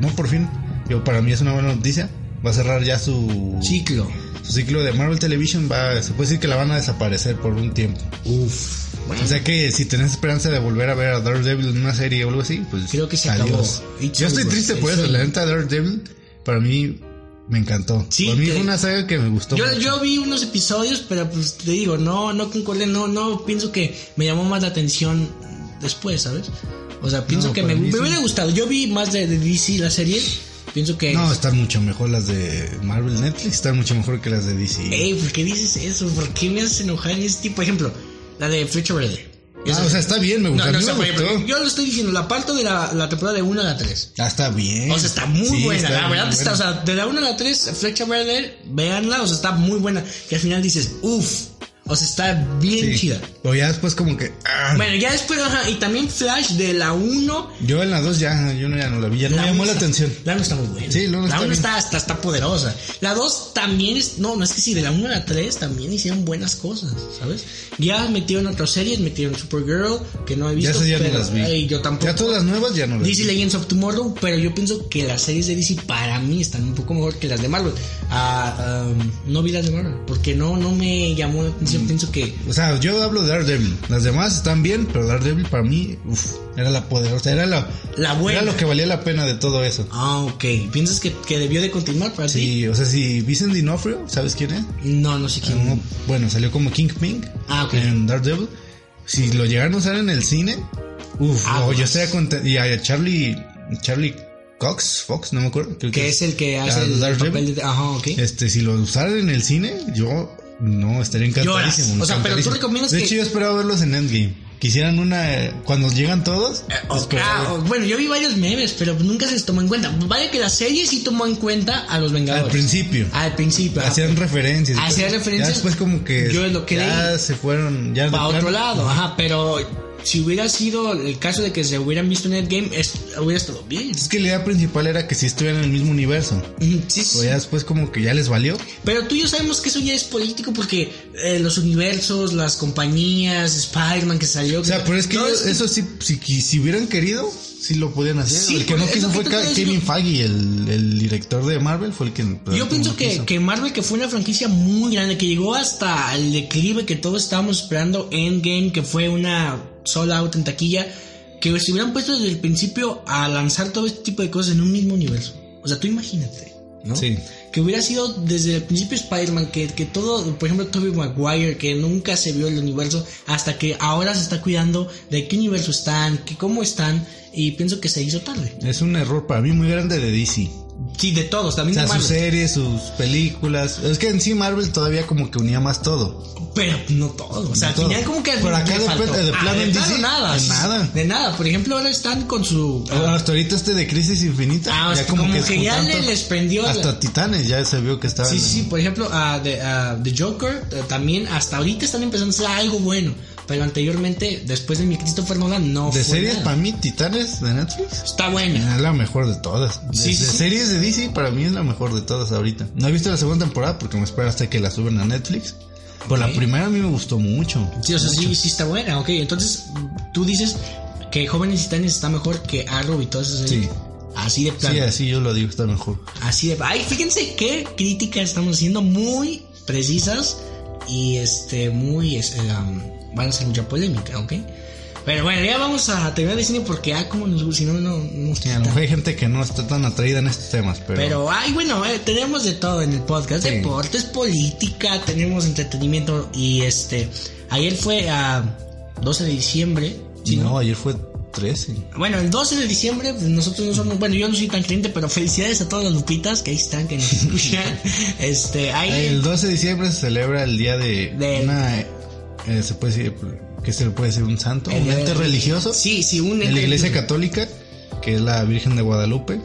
Speaker 1: No por fin, yo para mí es una buena noticia. Va a cerrar ya su,
Speaker 2: Ciclo.
Speaker 1: su ciclo de Marvel Television. Va, se puede decir que la van a desaparecer por un tiempo.
Speaker 2: Uf.
Speaker 1: O sea que si tenés esperanza de volver a ver a Daredevil en una serie o algo así, pues
Speaker 2: Creo que se acabó. It's
Speaker 1: Yo estoy
Speaker 2: over.
Speaker 1: triste por
Speaker 2: It's
Speaker 1: eso,
Speaker 2: over.
Speaker 1: la neta Daredevil para mí Me encantó.
Speaker 2: Sí,
Speaker 1: Por mí
Speaker 2: te-
Speaker 1: fue una saga que me gustó.
Speaker 2: Yo,
Speaker 1: mucho.
Speaker 2: yo vi unos episodios, pero pues te digo, no, no concordé, no, no, pienso que me llamó más la atención después, ¿sabes? O sea, pienso
Speaker 1: No,
Speaker 2: que me,
Speaker 1: para mí
Speaker 2: me
Speaker 1: sí.
Speaker 2: hubiera gustado. Yo vi más de, de DC la serie, pienso que...
Speaker 1: No, están mucho mejor las de Marvel Netflix, están mucho mejor que las de DC.
Speaker 2: Ey, ¿por qué dices eso? ¿Por qué me haces enojar en este tipo? Por ejemplo, la de Flecha Verde.
Speaker 1: Ah,
Speaker 2: Esa-
Speaker 1: o sea, está bien, me gustó.
Speaker 2: No,
Speaker 1: a
Speaker 2: no,
Speaker 1: mí
Speaker 2: o sea,
Speaker 1: me
Speaker 2: por ejemplo,
Speaker 1: gustó.
Speaker 2: yo lo estoy diciendo, la parto de la, la temporada de 1 a la 3.
Speaker 1: Ah, está bien.
Speaker 2: O sea, está muy
Speaker 1: Sí,
Speaker 2: buena,
Speaker 1: está
Speaker 2: la verdad
Speaker 1: muy
Speaker 2: está, o
Speaker 1: buena.
Speaker 2: sea, de la 1 a la 3, Flecha Verde, véanla, o sea, está muy buena. Que al final dices, uff, o sea, está bien
Speaker 1: Sí.
Speaker 2: chida.
Speaker 1: Pero ya después como que... ah,
Speaker 2: Bueno, ya después, ajá, y también Flash de la 1.
Speaker 1: yo en las dos ya, yo no, ya no la vi, ya no me llamó la atención.
Speaker 2: La 1 está muy buena.
Speaker 1: Sí, la uno
Speaker 2: la
Speaker 1: está
Speaker 2: 1
Speaker 1: bien.
Speaker 2: está, está, está poderosa. La 2 también es. No, no es que sí, de la 1 a la 3 también hicieron buenas cosas, ¿sabes? Ya metieron otras series, metieron Supergirl, que no he
Speaker 1: Ya
Speaker 2: visto.
Speaker 1: esas ya no
Speaker 2: pero-
Speaker 1: las vi.
Speaker 2: Ey, yo tampoco.
Speaker 1: Ya todas las nuevas ya no las
Speaker 2: DC
Speaker 1: vi.
Speaker 2: Legends of Tomorrow, pero yo pienso que las series de DC para mí están un poco mejor que las de Marvel. Ah, um, no vi las de Marvel, porque no, no me llamó la
Speaker 1: Mm.
Speaker 2: atención. Pienso que
Speaker 1: O sea, yo hablo de Daredevil. Las demás están bien, pero Daredevil para mí, uf, era la poderosa, era la,
Speaker 2: La buena.
Speaker 1: Era lo que valía la pena de todo eso.
Speaker 2: Ah, ok. ¿Piensas que, que debió de continuar para ti?
Speaker 1: Sí, o sea, si Vincent D'Onofrio, ¿sabes quién es?
Speaker 2: No, no sé quién.
Speaker 1: Como- bueno, salió como Kingpin
Speaker 2: Ah, ok.
Speaker 1: en Daredevil. Si lo llegaron a usar en el cine, uff,
Speaker 2: Ah,
Speaker 1: yo
Speaker 2: más.
Speaker 1: estaría contento. Y a Charlie, Charlie Cox, Fox, no me acuerdo. creo
Speaker 2: que es el que hace
Speaker 1: Ah,
Speaker 2: el
Speaker 1: Daredevil.
Speaker 2: papel de... Ajá, ok.
Speaker 1: Este, si lo usaran en el cine, yo no estaría encantadísimo.
Speaker 2: Lloras. O sea, pero tú
Speaker 1: encantadísimo.
Speaker 2: recomiendas
Speaker 1: De
Speaker 2: que-
Speaker 1: hecho, yo esperaba verlos en Endgame. Quisieran una. eh, Cuando llegan todos.
Speaker 2: Eh, o-
Speaker 1: esperaba
Speaker 2: ah,
Speaker 1: ver-
Speaker 2: o- bueno, yo vi varios memes, pero nunca se les tomó en cuenta. Vaya que la serie sí tomó en cuenta a los Vengadores.
Speaker 1: al principio.
Speaker 2: Al principio. ajá.
Speaker 1: Hacían referencias. y
Speaker 2: Ah, Hacían
Speaker 1: todo.
Speaker 2: referencias.
Speaker 1: Ya después, como que.
Speaker 2: Yo es lo que
Speaker 1: Ya
Speaker 2: leí.
Speaker 1: se fueron. Ya
Speaker 2: Para
Speaker 1: dejaron-
Speaker 2: otro lado, ajá. Pero si hubiera sido el caso de que se hubieran visto en Endgame, es, hubiera estado bien.
Speaker 1: Es que la idea principal era que si estuvieran en el mismo universo.
Speaker 2: Ujú, Sí, sí.
Speaker 1: Pero ya después como que ya les valió.
Speaker 2: Pero tú y yo sabemos que eso ya es político porque eh, los universos, las compañías, Spider-Man que salió.
Speaker 1: O sea, pero es que
Speaker 2: todo
Speaker 1: ellos-
Speaker 2: esto-
Speaker 1: eso sí, si, qui- si hubieran querido, sí lo podían hacer.
Speaker 2: Sí,
Speaker 1: el que
Speaker 2: pues,
Speaker 1: no
Speaker 2: es
Speaker 1: quiso
Speaker 2: lo que
Speaker 1: fue
Speaker 2: te
Speaker 1: Ca-
Speaker 2: estoy
Speaker 1: Kevin
Speaker 2: diciendo.
Speaker 1: Feige, el, el director de Marvel, fue el que...
Speaker 2: Yo pienso
Speaker 1: no
Speaker 2: que,
Speaker 1: quiso.
Speaker 2: que Marvel, que fue una franquicia muy grande, que llegó hasta el declive que todos estábamos esperando, Endgame, que fue una sola out en taquilla, que se hubieran puesto desde el principio a lanzar todo este tipo de cosas en un mismo universo. O sea, tú imagínate, ¿no?
Speaker 1: Sí.
Speaker 2: Que hubiera sido desde el principio Spider-Man, que, que todo, por ejemplo, Tobey Maguire, que nunca se vio el universo, hasta que ahora se está cuidando de qué universo están, que cómo están, y pienso que se hizo tarde.
Speaker 1: Es un error para mí muy grande de DC.
Speaker 2: Sí, de todos,
Speaker 1: O
Speaker 2: también
Speaker 1: sea,
Speaker 2: de
Speaker 1: sus
Speaker 2: Marvel.
Speaker 1: series, sus películas. Es que en sí Marvel todavía como que unía más todo.
Speaker 2: Pero no todo. O sea,
Speaker 1: No
Speaker 2: al final
Speaker 1: todo.
Speaker 2: como que.
Speaker 1: Pero acá
Speaker 2: le
Speaker 1: de
Speaker 2: faltó. Ah,
Speaker 1: pl- de plano en DC,
Speaker 2: nada.
Speaker 1: de
Speaker 2: sí,
Speaker 1: nada.
Speaker 2: De nada. Por ejemplo, ahora están con su.
Speaker 1: Hasta ahorita este de Crisis Infinita.
Speaker 2: Ah, o sea, como que ya
Speaker 1: juntaron
Speaker 2: le-
Speaker 1: todo.
Speaker 2: les prendió
Speaker 1: Hasta
Speaker 2: la-
Speaker 1: Titanes ya se vio que estaban...
Speaker 2: sí, sí, sí. Por ejemplo, a The, a The Joker eh, también hasta ahorita están empezando a hacer algo bueno. Pero anteriormente, después de mi Christopher Nolan, no.
Speaker 1: De Ah,
Speaker 2: fue
Speaker 1: series,
Speaker 2: nada.
Speaker 1: para mí, Titanes de Netflix.
Speaker 2: Está buena.
Speaker 1: Es la mejor de todas. De,
Speaker 2: Sí,
Speaker 1: de
Speaker 2: sí, sí.
Speaker 1: series de DC, para mí es la mejor de todas ahorita. No he visto la segunda temporada porque me espero hasta que la suben a Netflix. Pero la
Speaker 2: Ok.
Speaker 1: primera a mí me gustó mucho.
Speaker 2: Sí, o sea, sí, sí está buena. Ok, entonces tú dices que Jóvenes Titanes está mejor que Arrow y todas esas series.
Speaker 1: Sí.
Speaker 2: Así de plano.
Speaker 1: Sí, así yo lo digo, está mejor.
Speaker 2: Así de. Ay, fíjense qué críticas estamos haciendo muy precisas y este, muy. es- eh, um, van a ser mucha polémica, ¿ok? Pero bueno, ya vamos a terminar el cine porque, ah, como nos gusta, si no, no, no nos
Speaker 1: Sí, a lo
Speaker 2: quita.
Speaker 1: mejor hay gente que no está tan atraída en estos temas, pero...
Speaker 2: Pero, ay, bueno, eh, tenemos de todo en el podcast.
Speaker 1: Sí.
Speaker 2: Deportes, política, tenemos entretenimiento y este... Ayer fue a 12 de diciembre. si
Speaker 1: no, ayer fue 13.
Speaker 2: Bueno, el 12 de diciembre, pues, nosotros no somos, bueno, yo no soy tan creyente, pero felicidades a todas las lupitas que ahí están, que nos escuchan. Este,
Speaker 1: El
Speaker 2: ahí,
Speaker 1: 12 de diciembre se celebra el día de...
Speaker 2: Del-
Speaker 1: Una, eh, se puede decir... ¿Qué se le puede decir? ¿Un santo?
Speaker 2: El
Speaker 1: ¿Un
Speaker 2: día
Speaker 1: ente
Speaker 2: de-
Speaker 1: religioso?
Speaker 2: sí, sí, un
Speaker 1: En la
Speaker 2: ente-
Speaker 1: iglesia católica, que es la Virgen de Guadalupe.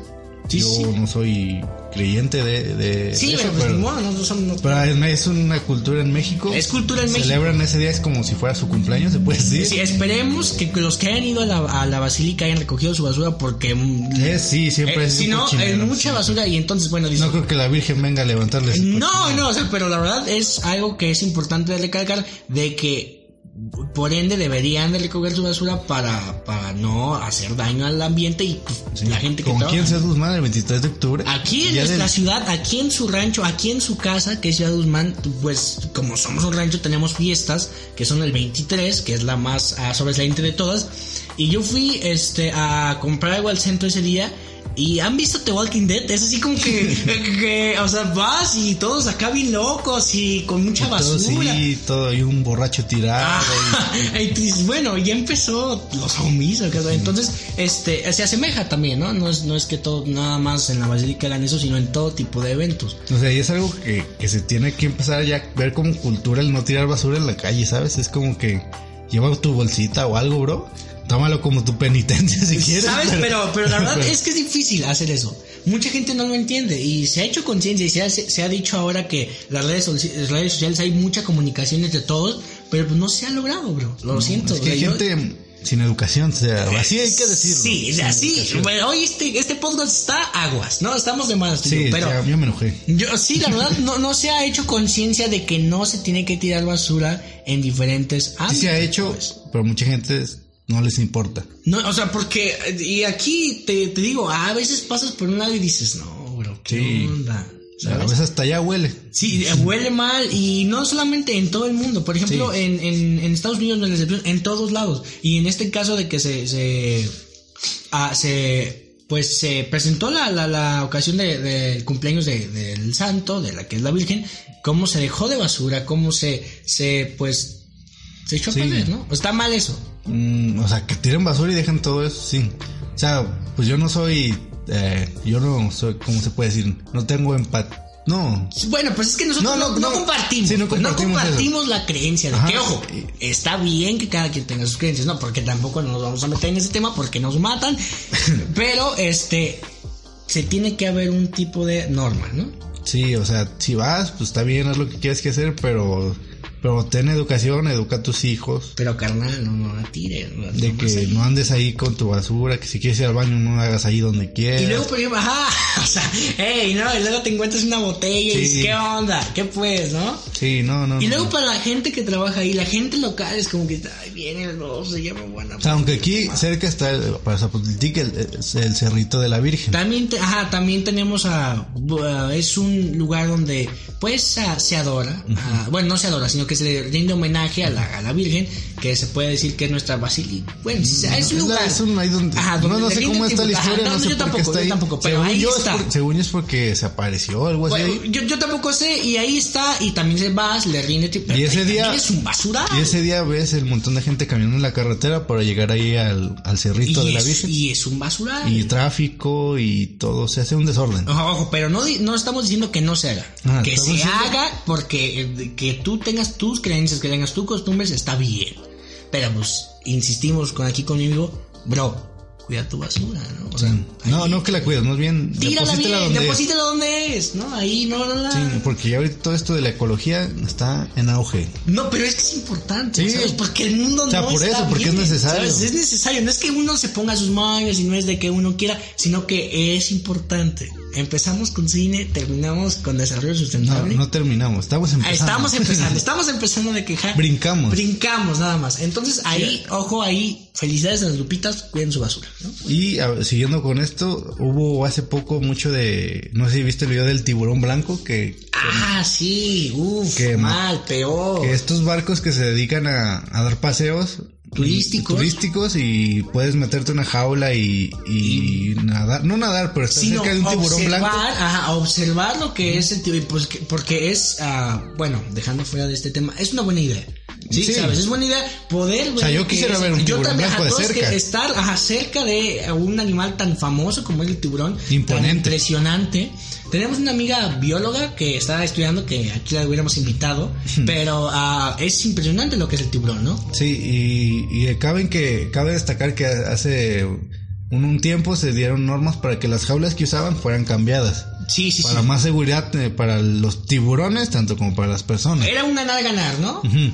Speaker 2: Sí,
Speaker 1: yo
Speaker 2: sí.
Speaker 1: no soy creyente de, de
Speaker 2: Sí,
Speaker 1: de eso,
Speaker 2: pero pues
Speaker 1: pero-
Speaker 2: ni modo, nosotros somos... no-
Speaker 1: Pero es es una cultura en México.
Speaker 2: Es cultura en México.
Speaker 1: Celebran ese día, es como si fuera su cumpleaños, se puede decir.
Speaker 2: Sí, esperemos que los que hayan ido a la, a la basílica hayan recogido su basura porque... mm,
Speaker 1: Eh, sí, siempre
Speaker 2: eh,
Speaker 1: es
Speaker 2: si
Speaker 1: un
Speaker 2: no, hay
Speaker 1: cochinero,
Speaker 2: mucha
Speaker 1: sí.
Speaker 2: basura y entonces, bueno, dice...
Speaker 1: No creo que la Virgen venga a levantarles. el
Speaker 2: No, no, o sea, pero la verdad es algo que es importante recalcar de que por ende deberían de recoger su basura para, para no hacer daño al ambiente y pues,
Speaker 1: Sí.
Speaker 2: la gente que
Speaker 1: Con
Speaker 2: trabaja.
Speaker 1: quién sea Guzmán el 23 de octubre.
Speaker 2: Aquí en
Speaker 1: Día
Speaker 2: nuestra
Speaker 1: del-
Speaker 2: ciudad, aquí en su rancho, aquí en su casa, que es Ciudad Guzmán, pues como somos un rancho tenemos fiestas, que son el 23, que es la más ah, sobresaliente de todas. Y yo fui este, a comprar algo al centro ese día ¿Y han visto The Walking Dead? Es así como que, que, o sea, vas y todos acá bien locos y con mucha
Speaker 1: Todo,
Speaker 2: basura.
Speaker 1: sí, todo, y un borracho tirado.
Speaker 2: Ah, y tú dices, bueno, ya empezó los zombies, ¿o qué? entonces este se asemeja también, ¿no? No es, no es que todo nada más en la basílica hagan eso, sino en todo tipo de eventos.
Speaker 1: y- o sea, y es algo que, que se tiene que empezar ya a ver como cultura el no tirar basura en la calle, ¿sabes? Es como que lleva tu bolsita o algo, bro. Tómalo como tu penitencia si quieres.
Speaker 2: ¿Sabes? Pero, pero la verdad es que es difícil hacer eso. Mucha gente no lo entiende y se ha hecho conciencia y se ha, se ha dicho ahora que las redes, soci- las redes sociales hay mucha comunicación entre todos, pero pues no se ha logrado, bro. Lo siento.
Speaker 1: Es que hay
Speaker 2: o sea, yo- Eh,
Speaker 1: gente sin educación, o sea, así hay que decirlo.
Speaker 2: Sí,
Speaker 1: sin
Speaker 2: así.
Speaker 1: educación.
Speaker 2: Bueno, hoy este, este podcast está aguas, ¿no? Estamos de malas, tú y yo,
Speaker 1: Sí,
Speaker 2: pero...
Speaker 1: ya, yo me enojé.
Speaker 2: Yo sí, la verdad, no, no se ha hecho conciencia de que no se tiene que tirar basura en diferentes ámbitos.
Speaker 1: Sí se ha hecho,
Speaker 2: pues.
Speaker 1: pero mucha gente no les importa.
Speaker 2: No, o sea, porque, y aquí te, te digo, a veces pasas por un lado y dices, no, bro, ¿qué
Speaker 1: Sí.
Speaker 2: onda?
Speaker 1: O sea, a
Speaker 2: ¿Sabes?
Speaker 1: veces hasta allá huele.
Speaker 2: Sí, eh, huele mal y no solamente en todo el mundo, por ejemplo,
Speaker 1: Sí.
Speaker 2: en, en, en Estados Unidos no es la excepción, en todos lados. Y en este caso de que se, se, ah, se pues se presentó la, la, la ocasión de- del cumpleaños de- del santo, de la que es la Virgen, cómo se dejó de basura, cómo se, se pues, se echó
Speaker 1: Sí.
Speaker 2: a perder, ¿no? Está mal eso.
Speaker 1: Mm, o sea, que tiren basura y dejan todo eso, sí. O sea, pues yo no soy, eh, yo no soy, ¿cómo se puede decir? No tengo empatía. No,
Speaker 2: Bueno, pues es que nosotros
Speaker 1: No,
Speaker 2: no,
Speaker 1: no,
Speaker 2: no
Speaker 1: no.
Speaker 2: compartimos.
Speaker 1: Sí, no
Speaker 2: pues, no
Speaker 1: compartimos eso.
Speaker 2: compartimos la creencia de
Speaker 1: Ajá.
Speaker 2: que, ojo, está bien que cada quien tenga sus creencias, ¿no? Porque tampoco nos vamos a meter en ese tema porque nos matan. pero, este, se tiene que haber un tipo de norma, ¿no?
Speaker 1: sí, o sea, si vas, pues está bien, haz lo que quieres que hacer, pero, pero ten educación, educa a tus hijos.
Speaker 2: Pero, carnal, no, no la tires. no-
Speaker 1: De
Speaker 2: no vas
Speaker 1: que
Speaker 2: ahí.
Speaker 1: no andes ahí con tu basura, que si quieres ir al baño no hagas ahí donde quieras.
Speaker 2: Y luego, por ejemplo, ajá, o sea, hey, no, y luego te encuentras una botella y
Speaker 1: Sí.
Speaker 2: dices, ¿qué onda? ¿Qué pues, no?
Speaker 1: Sí, no, no.
Speaker 2: Y
Speaker 1: no.
Speaker 2: luego para la gente que trabaja ahí, la gente local es como que, ay, viene, no, se llama buena.
Speaker 1: O sea, aunque aquí cerca está el, para Zapotlitic el, el- el cerrito de la Virgen.
Speaker 2: También, te- ajá, también tenemos a... bu- es un lugar donde pues a- se adora. a- bueno, no se adora, sino que se le rinde homenaje a la, a la Virgen, que se puede decir que es nuestra basílica. Bueno, sí, es
Speaker 1: Es
Speaker 2: un
Speaker 1: la-
Speaker 2: lugar...
Speaker 1: es un- ahí donde-
Speaker 2: Ajá,
Speaker 1: no,
Speaker 2: donde
Speaker 1: no
Speaker 2: le
Speaker 1: sé
Speaker 2: rinden
Speaker 1: cómo está la
Speaker 2: tributo. Ajá,
Speaker 1: historia,
Speaker 2: no,
Speaker 1: no,
Speaker 2: no,
Speaker 1: sé
Speaker 2: yo
Speaker 1: por qué
Speaker 2: tampoco,
Speaker 1: está
Speaker 2: yo
Speaker 1: ahí.
Speaker 2: tampoco, pero
Speaker 1: según,
Speaker 2: ahí
Speaker 1: yo es
Speaker 2: está.
Speaker 1: por- según yo es porque se apareció o algo así.
Speaker 2: Bueno, yo, yo tampoco sé, y ahí está, y también se va, se le rinde... tri-
Speaker 1: Y ese
Speaker 2: Ay,
Speaker 1: día-
Speaker 2: también Es un basura.
Speaker 1: y ese día ves el montón de gente caminando en la carretera para llegar ahí al, al cerrito de la
Speaker 2: es,
Speaker 1: Virgen. Y,
Speaker 2: y es un basura.
Speaker 1: tráfico y todo, se hace un desorden.
Speaker 2: Ojo, ojo, pero no, di- no estamos diciendo que no se haga.
Speaker 1: Ah,
Speaker 2: que
Speaker 1: estamos
Speaker 2: se
Speaker 1: diciendo-
Speaker 2: haga porque eh, que tú tengas tus creencias, que tengas tus costumbres, está bien. Pero pues, insistimos con aquí conmigo, bro, cuida tu basura, ¿no? O sea,
Speaker 1: no, no que la cuides, más bien
Speaker 2: tírala
Speaker 1: deposítala
Speaker 2: bien,
Speaker 1: donde es.
Speaker 2: deposítala donde es, ¿no? Ahí no, no, la-
Speaker 1: Sí, porque ya ahorita todo esto de la ecología está en auge.
Speaker 2: No, pero es que es importante,
Speaker 1: Sí.
Speaker 2: ¿sabes? Porque el mundo
Speaker 1: O sea,
Speaker 2: no
Speaker 1: por
Speaker 2: está
Speaker 1: eso, porque es
Speaker 2: bien,
Speaker 1: necesario.
Speaker 2: ¿sabes? Es necesario, no es que uno se ponga sus mangas y no es de que uno quiera, sino que es importante. Empezamos con cine, terminamos con desarrollo
Speaker 1: No,
Speaker 2: sustentable.
Speaker 1: no terminamos, estamos
Speaker 2: Ah,
Speaker 1: empezando.
Speaker 2: Estamos empezando, estamos empezando de quejar.
Speaker 1: Brincamos.
Speaker 2: Brincamos nada más. Entonces ahí, ojo ahí, felicidades a las lupitas, cuiden su basura. ¿no?
Speaker 1: Y a- siguiendo con esto, hubo hace poco mucho de. No sé si viste el video del tiburón blanco, que,
Speaker 2: Ah, sí, uff,
Speaker 1: Qué
Speaker 2: mal, peor.
Speaker 1: que estos barcos que se dedican a, a dar paseos.
Speaker 2: Turísticos.
Speaker 1: Turísticos y puedes meterte en una jaula y, y nadar. No nadar, pero estar
Speaker 2: Sino
Speaker 1: cerca de un tiburón
Speaker 2: observar,
Speaker 1: blanco.
Speaker 2: ajá, observar lo que es el tiburón, pues, que- porque es, ah, bueno, dejando fuera de este tema, es una buena idea. Sí,
Speaker 1: Sí.
Speaker 2: sabes, es buena idea poder ver.
Speaker 1: sea, yo
Speaker 2: lo que
Speaker 1: quisiera
Speaker 2: es-
Speaker 1: ver un tiburón
Speaker 2: ajá,
Speaker 1: blanco de
Speaker 2: todo es que
Speaker 1: cerca.
Speaker 2: estar ajá, cerca de un animal tan famoso como es el tiburón, tan
Speaker 1: Imponente.
Speaker 2: impresionante. Tenemos una amiga bióloga que está estudiando, que aquí la hubiéramos invitado, pero ah, es impresionante lo que es el tiburón, ¿no?
Speaker 1: Sí, y, y cabe, en que, cabe destacar que hace un, un tiempo se dieron normas para que las jaulas que usaban fueran cambiadas.
Speaker 2: Sí, sí,
Speaker 1: para
Speaker 2: sí.
Speaker 1: más seguridad eh, para los tiburones, tanto como para las personas.
Speaker 2: Era un ganar-ganar, ¿no?
Speaker 1: Ujú.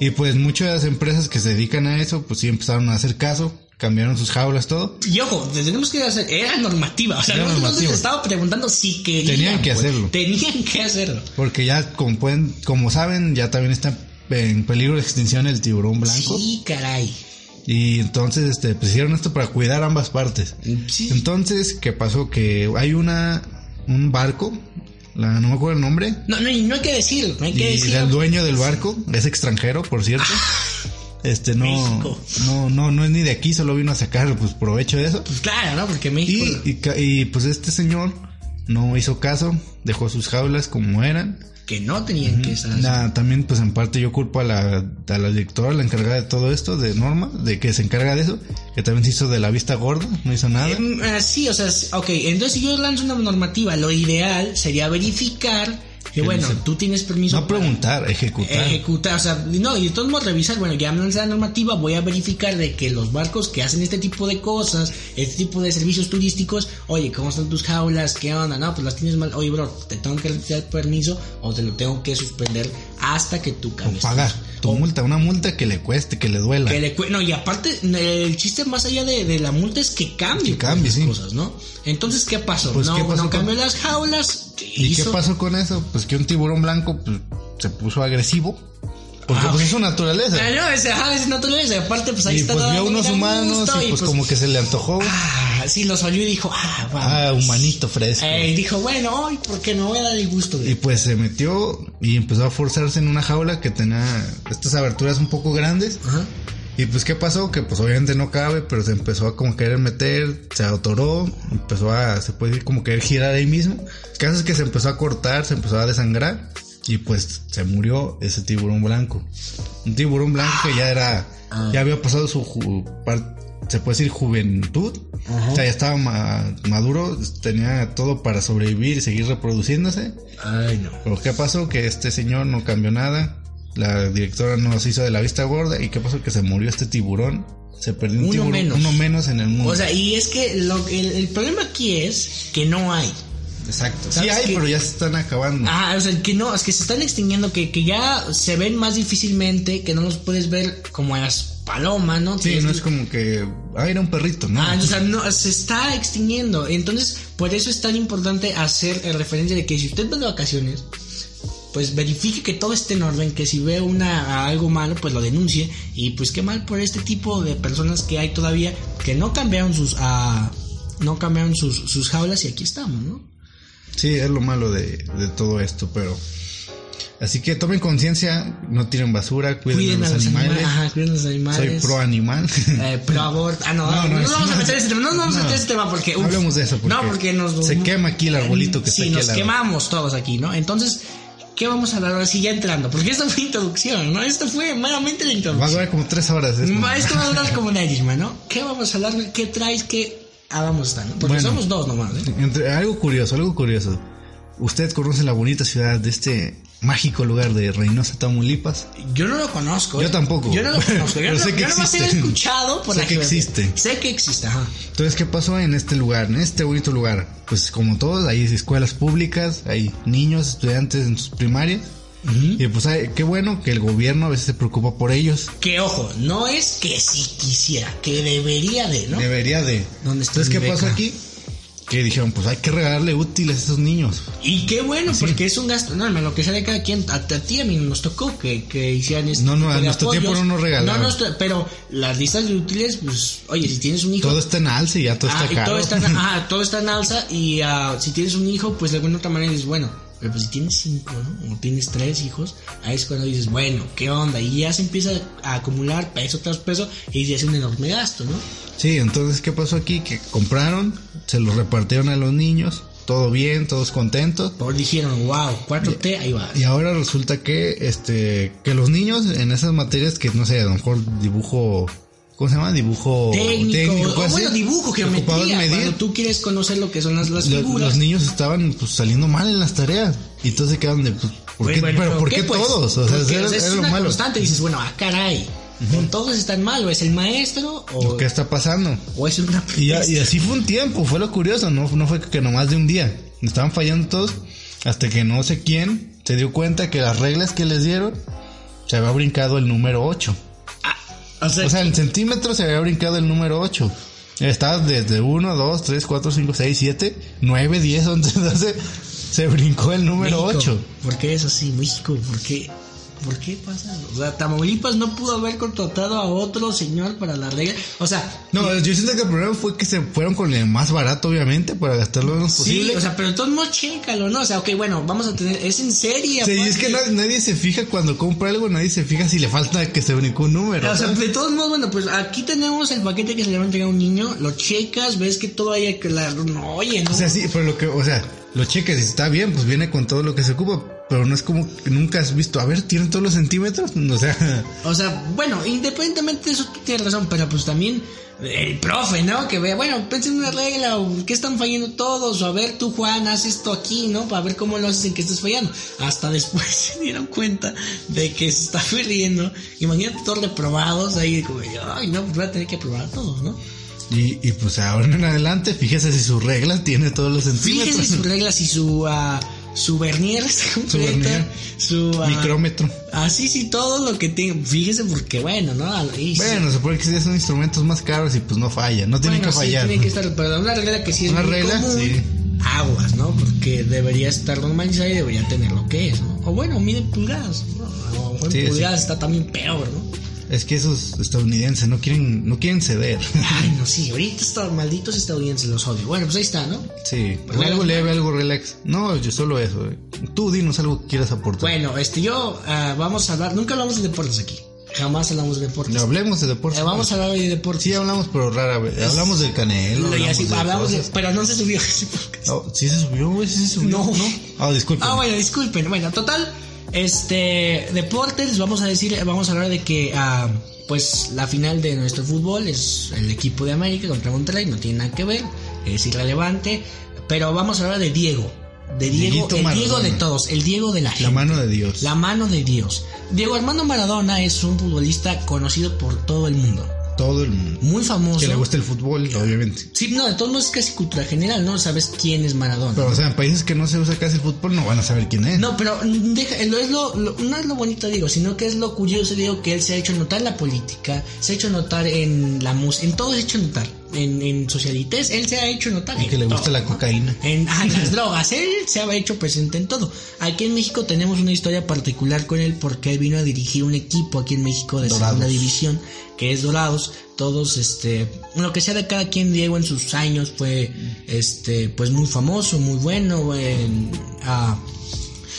Speaker 1: Y pues muchas de las empresas que se dedican a eso, pues sí empezaron a hacer caso, cambiaron sus jaulas, todo.
Speaker 2: Y ojo, tenemos que hacer, era normativa, o sea,
Speaker 1: Era
Speaker 2: no no se
Speaker 1: normativa.
Speaker 2: estaba preguntando si querían.
Speaker 1: Tenían que
Speaker 2: pues,
Speaker 1: hacerlo.
Speaker 2: Tenían que hacerlo.
Speaker 1: Porque ya, como pueden, como saben, ya también está en peligro de extinción el tiburón blanco.
Speaker 2: Sí, caray.
Speaker 1: Y entonces, este, pues hicieron esto para cuidar ambas partes.
Speaker 2: Sí.
Speaker 1: Entonces, ¿qué pasó? Que hay una, un barco, la, no me acuerdo el nombre,
Speaker 2: No, no, y no hay que decirlo, no hay que
Speaker 1: y
Speaker 2: decirlo.
Speaker 1: el dueño del barco es extranjero, por cierto. Este no,
Speaker 2: Ah. México.
Speaker 1: no, no, no es ni de aquí, solo vino a sacar pues provecho de eso.
Speaker 2: Pues claro, ¿no? Porque México.
Speaker 1: Y, y ca- y, pues este señor no hizo caso, dejó sus jaulas como eran.
Speaker 2: que no tenían que estar.
Speaker 1: Nah, también pues en parte yo culpo a la, a la directora, la encargada de todo esto, de Norma, de que se encarga de eso, que también se hizo de la vista gorda, no hizo nada.
Speaker 2: Em, ah, sí, o sea, s- ok, entonces si yo lanzo una normativa, lo ideal sería verificar
Speaker 1: Que
Speaker 2: que, bueno,
Speaker 1: dice-
Speaker 2: tú tienes permiso
Speaker 1: No
Speaker 2: para
Speaker 1: preguntar, ejecutar.
Speaker 2: ejecutar, o sea, no, y de todos modos revisar, bueno, ya me lancé la normativa, voy a verificar de que los barcos que hacen este tipo de cosas, este tipo de servicios turísticos, oye, ¿cómo están tus jaulas? ¿Qué onda? No, pues las tienes mal, oye, bro, te tengo que dar permiso o te lo tengo que suspender hasta que tú
Speaker 1: o
Speaker 2: cambies.
Speaker 1: pagar tu multa, una multa que le cueste, que le duela.
Speaker 2: Oh. Que le cue- no, y aparte, el chiste más allá de, de la multa es que cambie,
Speaker 1: Que cambie,
Speaker 2: pues, las
Speaker 1: sí.
Speaker 2: cosas, ¿no? Entonces, ¿qué pasó?
Speaker 1: Pues,
Speaker 2: no,
Speaker 1: ¿qué pasó
Speaker 2: no
Speaker 1: con-
Speaker 2: cambió las jaulas.
Speaker 1: ¿Y
Speaker 2: hizo-
Speaker 1: qué pasó con eso? Pues que un tiburón blanco pues, se puso agresivo. Porque
Speaker 2: Ah,
Speaker 1: pues,
Speaker 2: ok.
Speaker 1: es su naturaleza.
Speaker 2: Ah, no, ese, ajá, ese naturaleza. Y aparte, pues ahí
Speaker 1: Y
Speaker 2: está
Speaker 1: pues
Speaker 2: todo
Speaker 1: vio a
Speaker 2: dando
Speaker 1: unos
Speaker 2: mira
Speaker 1: humanos
Speaker 2: gusto,
Speaker 1: y pues, como que se le antojó.
Speaker 2: Ah, sí, los olió y dijo, ah, vamos.
Speaker 1: Ah, humanito fresco.
Speaker 2: Eh, y dijo, bueno, hoy, porque me voy a dar el gusto de.
Speaker 1: Y pues se metió y empezó a forzarse en una jaula que tenía estas aberturas un poco grandes.
Speaker 2: Ajá.
Speaker 1: Y pues qué pasó, que pues obviamente no cabe, pero se empezó a como querer meter, se atoró, empezó a, se puede decir como querer girar ahí mismo. El caso es que se empezó a cortar, se empezó a desangrar y pues se murió ese tiburón blanco. Un tiburón blanco que ya era,
Speaker 2: Ah.
Speaker 1: ya había pasado su, ju- par- se puede decir juventud,
Speaker 2: Ajá.
Speaker 1: o sea, ya estaba ma- maduro, tenía todo para sobrevivir y seguir reproduciéndose.
Speaker 2: Ay, no.
Speaker 1: Pero ¿qué pasó? Que este señor no cambió nada. La directora nos hizo de la vista gorda. ¿Y qué pasó? Que se murió este tiburón. Se perdió un
Speaker 2: Uno
Speaker 1: tiburón.
Speaker 2: menos.
Speaker 1: Uno menos en el mundo.
Speaker 2: O sea, y es que lo, el, el problema aquí es que no hay.
Speaker 1: Exacto. Sí
Speaker 2: ¿sabes
Speaker 1: hay,
Speaker 2: qué?
Speaker 1: pero ya se están acabando.
Speaker 2: Ah, o sea, que no, es que se están extinguiendo, que, que ya se ven más difícilmente, que no los puedes ver como a las palomas, ¿no?
Speaker 1: sí,
Speaker 2: Tienes
Speaker 1: no
Speaker 2: que-
Speaker 1: es como que... Ah, era un perrito, ¿no?
Speaker 2: Ah, o sea, no, se está extinguiendo. Entonces, por eso es tan importante hacer eh, referencia de que si usted va de vacaciones, pues verifique que todo esté en orden, que si ve una, algo malo, pues lo denuncie. Y pues qué mal por este tipo de personas que hay todavía que no cambiaron sus, ah, no cambiaron sus, sus jaulas y aquí estamos, ¿no?
Speaker 1: Sí, es lo malo de, de todo esto, pero... Así que tomen conciencia, no tiren basura, cuiden, a los, animales.
Speaker 2: ajá, cuiden a los animales.
Speaker 1: Soy pro animal.
Speaker 2: Eh, pro aborto. Ah, no, no,
Speaker 1: No, no,
Speaker 2: no
Speaker 1: es-
Speaker 2: vamos a
Speaker 1: no,
Speaker 2: meter ese tema. No, no vamos a
Speaker 1: no.
Speaker 2: meter ese tema porque. uf.
Speaker 1: Hablemos de eso, porque
Speaker 2: Eh, no, porque nos.
Speaker 1: se quema aquí el arbolito que está
Speaker 2: sí,
Speaker 1: aquí
Speaker 2: nos
Speaker 1: al lado.
Speaker 2: quemamos todos aquí, ¿no? Entonces, ¿qué vamos a hablar ahora sí ya entrando? Porque esta fue introducción, ¿no? Esto fue meramente
Speaker 1: Va
Speaker 2: la
Speaker 1: a
Speaker 2: introducción.
Speaker 1: durar como tres horas esto.
Speaker 2: Va- Esto va a durar como una Irishman, ¿no? ¿Qué vamos a hablar? ¿Qué traes? ¿Qué Ah, hagamos esta, no? Porque
Speaker 1: Bueno.
Speaker 2: somos dos nomás, ¿eh?
Speaker 1: Entre- algo curioso, algo curioso. Usted conoce la bonita ciudad de este mágico lugar de Reynosa, Tamaulipas.
Speaker 2: Yo no lo conozco.
Speaker 1: Yo
Speaker 2: ¿eh?
Speaker 1: tampoco.
Speaker 2: Yo no lo conozco. Yo,
Speaker 1: Pero
Speaker 2: no,
Speaker 1: sé que
Speaker 2: yo nomás he
Speaker 1: existe.
Speaker 2: escuchado por
Speaker 1: Sé
Speaker 2: la
Speaker 1: que
Speaker 2: geografía.
Speaker 1: existe.
Speaker 2: Sé que existe, ajá.
Speaker 1: Entonces, ¿qué pasó en este lugar, en este bonito lugar? Pues como todos, hay escuelas públicas, hay niños, estudiantes en sus primarias. Y pues hay- qué bueno que el gobierno a veces se preocupa por ellos.
Speaker 2: Que ojo, no es que si quisiera, que debería de, ¿no?
Speaker 1: Debería de...
Speaker 2: ¿Dónde está
Speaker 1: Entonces,
Speaker 2: mi
Speaker 1: ¿qué
Speaker 2: beca?
Speaker 1: pasó aquí? Que dijeron, pues hay que regalarle útiles a esos niños.
Speaker 2: Y qué bueno, porque es un gasto enorme, lo que sea de cada quien, a, a ti a mí nos tocó que, que hicieran este
Speaker 1: No,
Speaker 2: esto.
Speaker 1: no, a nuestro tiempo no nos regalaban.
Speaker 2: pero las listas de útiles, pues, oye, si tienes un hijo...
Speaker 1: Todo está en alza y ya todo
Speaker 2: ah,
Speaker 1: está
Speaker 2: y
Speaker 1: caro.
Speaker 2: todo, está en, ajá, todo está en alza y ah, si tienes un hijo, pues de alguna otra manera dices, bueno, pero pues si tienes cinco, ¿no? O tienes tres hijos, ahí es cuando dices, bueno, ¿qué onda? Y ya se empieza a acumular peso tras peso y se hace un enorme gasto, ¿no?
Speaker 1: Sí, entonces, ¿qué pasó aquí? Que compraron, se los repartieron a los niños, todo bien, todos contentos.
Speaker 2: Por dijeron, wow, 4T, ahí va.
Speaker 1: Y ahora resulta que, este, que los niños en esas materias que, no sé, a lo mejor dibujo, ¿cómo se llama? Dibujo
Speaker 2: técnico, o
Speaker 1: cosas
Speaker 2: bueno,
Speaker 1: así,
Speaker 2: dibujo,
Speaker 1: ocupaban
Speaker 2: geometría,
Speaker 1: medir.
Speaker 2: cuando tú quieres conocer lo que son las, las
Speaker 1: Lo-
Speaker 2: figuras.
Speaker 1: los niños estaban pues, saliendo mal en las tareas. Y entonces se quedaron de, pues, ¿por
Speaker 2: Pues,
Speaker 1: qué,
Speaker 2: bueno,
Speaker 1: pero, ¿por qué,
Speaker 2: pues?
Speaker 1: todos? O sea,
Speaker 2: Porque,
Speaker 1: era,
Speaker 2: o sea, es
Speaker 1: era lo
Speaker 2: una
Speaker 1: malo.
Speaker 2: constante, dices, bueno, ah, caray, con todos están mal, o es el maestro, o,
Speaker 1: ¿Qué está pasando?
Speaker 2: o es una...
Speaker 1: Y, ya- y así fue un tiempo, fue lo curioso, no, no fue que nomás de un día. Estaban fallando todos hasta que no sé quién se dio cuenta que las reglas que les dieron se había brincado el número 8.
Speaker 2: Ah, o sea,
Speaker 1: O sea, en centímetros se había brincado el número 8. Estaba desde 1, 2, 3, 4, 5, 6, 7, 9, 10, 11, 12. Se brincó el número
Speaker 2: México,
Speaker 1: 8.
Speaker 2: ¿Por qué es así, México? ¿Por qué? ¿Por qué pasa? O sea, Tamaulipas no pudo haber contratado a otro señor para la regla. O sea,
Speaker 1: No, yo siento que el problema fue que se fueron con el más barato, obviamente, para gastar lo menos
Speaker 2: sí,
Speaker 1: posible.
Speaker 2: o sea, pero de todos modos, chécalo, ¿no? O sea, ok, bueno, vamos a tener. Es en serie.
Speaker 1: Sí, y
Speaker 2: aparte.
Speaker 1: es que na- nadie, se fija cuando compra algo, nadie se fija si le falta que se brincó un número.
Speaker 2: O sea, de todos modos, bueno, pues aquí tenemos el paquete que se le va a entregar a un niño, lo checas, ves que todo hay que la... No, oye, no.
Speaker 1: O sea, sí, pero lo que, o sea, lo cheques y está bien, pues viene con todo lo que se ocupa, pero no es como que nunca has visto, a ver, ¿tienen todos los centímetros? O sea,
Speaker 2: O sea, bueno, independientemente de eso, tú tienes razón, pero pues también el profe, ¿no? Que vea, bueno, piensen en una regla, o qué están fallando todos, o a ver, tú Juan, haz esto aquí, ¿no? Para ver cómo lo haces en que estés fallando. Hasta después se dieron cuenta de que se está perdiendo. Imagínate todos reprobados ahí, como, ay, no, pues voy a tener que probar todo, ¿no?
Speaker 1: y, y pues ahora en adelante, fíjese si su regla tiene todos los centímetros.
Speaker 2: Fíjese sus reglas y su, ah, su vernier está completa,
Speaker 1: vernier.
Speaker 2: su... ah,
Speaker 1: Micrómetro.
Speaker 2: Así sí, todo lo que tiene. Fíjese porque, bueno, ¿no? Ah, Y sí,
Speaker 1: Bueno, se puede que sí son instrumentos más caros y pues no falla, no tienen
Speaker 2: Bueno,
Speaker 1: que fallar.
Speaker 2: Sí, tiene que estar, pero una regla que sí es
Speaker 1: Una
Speaker 2: muy
Speaker 1: regla,
Speaker 2: común,
Speaker 1: sí.
Speaker 2: aguas, ¿no? Porque debería estar normalizada y debería tener lo que es, ¿no? O bueno, miden pulgadas, ¿no? O a lo mejor
Speaker 1: Sí,
Speaker 2: en
Speaker 1: sí.
Speaker 2: pulgadas está también peor, ¿no?
Speaker 1: Es que esos estadounidenses no quieren, no quieren ceder.
Speaker 2: Ay, no, sí, ahorita estos malditos estadounidenses los odio. Bueno, pues ahí está, ¿no?
Speaker 1: Sí,
Speaker 2: Relax.
Speaker 1: algo leve, algo relax. No, yo solo eso. eh. Tú dinos algo que quieras aportar.
Speaker 2: Bueno, este, yo, ah, vamos a hablar, nunca hablamos de deportes aquí. Jamás hablamos de deportes.
Speaker 1: No, hablemos de deportes.
Speaker 2: Eh, vamos a hablar hoy de deportes.
Speaker 1: Sí, hablamos, pero rara vez. Hablamos del canelo.
Speaker 2: Y
Speaker 1: Hablamos
Speaker 2: así,
Speaker 1: de
Speaker 2: hablamos de-
Speaker 1: cosas.
Speaker 2: pero no se subió ese podcast.
Speaker 1: Oh, sí se subió, güey, sí se subió.
Speaker 2: No.
Speaker 1: Ah, disculpa.
Speaker 2: Ah, bueno, disculpen. Bueno, total, este, deportes, vamos a decir, vamos a hablar de que, ah, pues, la final de nuestro fútbol es el equipo de América contra Monterrey, no tiene nada que ver, es irrelevante, pero vamos a hablar de Diego, de Diego,
Speaker 1: Dieguito
Speaker 2: el
Speaker 1: Maradona.
Speaker 2: Diego de todos, el Diego de la
Speaker 1: La
Speaker 2: gente.
Speaker 1: mano de Dios.
Speaker 2: La mano de Dios. Diego Armando Maradona es un futbolista conocido por todo el mundo.
Speaker 1: Todo el mundo.
Speaker 2: Muy famoso.
Speaker 1: Que le gusta el fútbol, obviamente.
Speaker 2: Sí, no, de todos modos es casi cultura general, ¿no? Sabes quién es Maradona.
Speaker 1: Pero, o sea, en países que no se usa casi el fútbol no van a saber quién es.
Speaker 2: No, pero mm, deja- lo- es lo, lo- no es lo bonito, digo, sino que es lo curioso, digo, que él se ha hecho notar en la política, se ha hecho notar en la música, en todo se ha hecho notar, en, en socialites, él se ha hecho notar.
Speaker 1: Y
Speaker 2: en
Speaker 1: que le gusta
Speaker 2: todo,
Speaker 1: la
Speaker 2: ¿no?
Speaker 1: cocaína.
Speaker 2: En ah, las drogas, él se ha hecho presente en todo. Aquí en México tenemos una historia particular con él porque él vino a dirigir un equipo aquí en México de
Speaker 1: Dorados.
Speaker 2: segunda división, que es Dorados. Todos, este, lo que sea de cada quien, Diego en sus años fue, este, pues muy famoso, muy bueno, en, ah,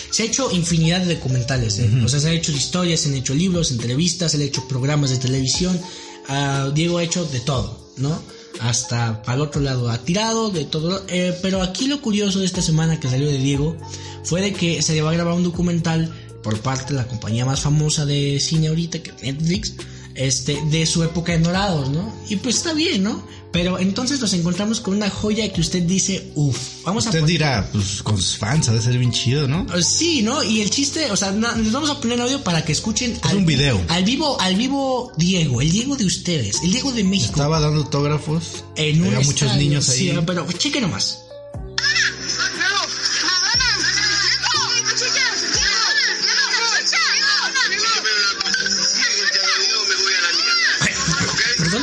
Speaker 2: se ha hecho infinidad de documentales, ¿eh? o sea, se han hecho historias, se han hecho libros, entrevistas, se han hecho programas de televisión. Ah, Diego ha hecho de todo, ¿no? Hasta al otro lado ha tirado, de todo. Eh, pero aquí lo curioso de esta semana que salió de Diego fue de que se le va a grabar un documental por parte de la compañía más famosa de cine ahorita, que es Netflix, este, de su época en Dorados, ¿no? Y pues está bien, ¿no? Pero entonces nos encontramos con una joya que usted dice, uff, vamos a
Speaker 1: Usted
Speaker 2: pon-
Speaker 1: dirá, pues con sus fans ha de ser bien chido, ¿no?
Speaker 2: eh, Sí, ¿no? Y el chiste, o sea, na- les vamos a poner audio para que escuchen. al,
Speaker 1: un video.
Speaker 2: Al vivo, al vivo Diego, el Diego de ustedes, el Diego de México.
Speaker 1: Estaba dando autógrafos.
Speaker 2: en un
Speaker 1: Había muchos
Speaker 2: estadio,
Speaker 1: niños ahí.
Speaker 2: sí, pero chequen nomás. ¿Perdón?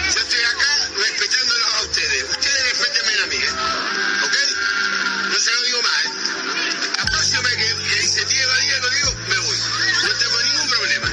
Speaker 4: Yo estoy acá respetándolos a ustedes. Ustedes respétenme a mí, ¿eh? ¿Ok? No se lo digo más, ¿eh? La próxima que, que se tire valía conmigo, me voy. No tengo ningún problema.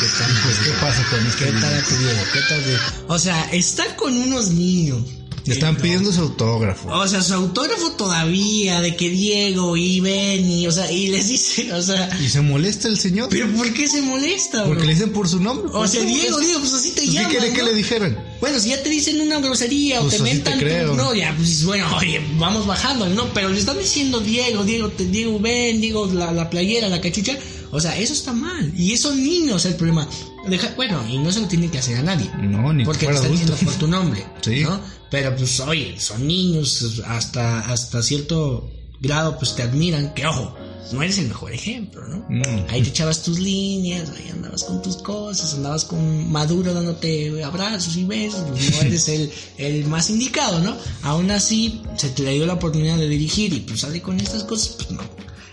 Speaker 1: ¿Qué, tal, pues, ¿Qué pasa con este
Speaker 2: ¿Qué
Speaker 1: niño?
Speaker 2: tal a tu Diego? ¿Qué tal Diego? O sea, está con unos niños.
Speaker 1: Le Están pidiendo su autógrafo.
Speaker 2: O sea, su autógrafo todavía de que Diego y Benny, o sea, y les dice, o sea,
Speaker 1: ¿Y se molesta el señor?
Speaker 2: pero ¿por qué se molesta?
Speaker 1: Porque
Speaker 2: bro?
Speaker 1: le dicen por su nombre.
Speaker 2: O
Speaker 1: ¿por
Speaker 2: sea,
Speaker 1: qué?
Speaker 2: Diego, Diego, pues así te
Speaker 1: Pues, ¿Qué
Speaker 2: llamas.
Speaker 1: quiere que
Speaker 2: ¿no?
Speaker 1: le dijeran?
Speaker 2: Bueno, si ya te dicen una grosería
Speaker 1: Pues
Speaker 2: o te
Speaker 1: así te
Speaker 2: mentan, tú-
Speaker 1: creo.
Speaker 2: no, ya, pues bueno, oye, vamos bajando, ¿no? Pero le están diciendo Diego, Diego, te- Diego, ven, Diego, la, la playera, la cachucha. O sea, eso está mal. Y esos niños, el problema. Deja- bueno, y no se lo tienen que hacer a nadie.
Speaker 1: No, ni que
Speaker 2: Porque te
Speaker 1: fuera
Speaker 2: están
Speaker 1: adulto.
Speaker 2: diciendo por tu nombre.
Speaker 1: Sí.
Speaker 2: ¿no? Pero pues, oye, son niños, hasta, hasta cierto grado, pues te admiran. Que ojo, no eres el mejor ejemplo, ¿no?
Speaker 1: No.
Speaker 2: Ahí te echabas tus líneas, ahí andabas con tus cosas, andabas con Maduro dándote abrazos y besos, pues no eres el, el más indicado, ¿no? Aún así, se te le dio la oportunidad de dirigir y pues sale con estas cosas, pues no.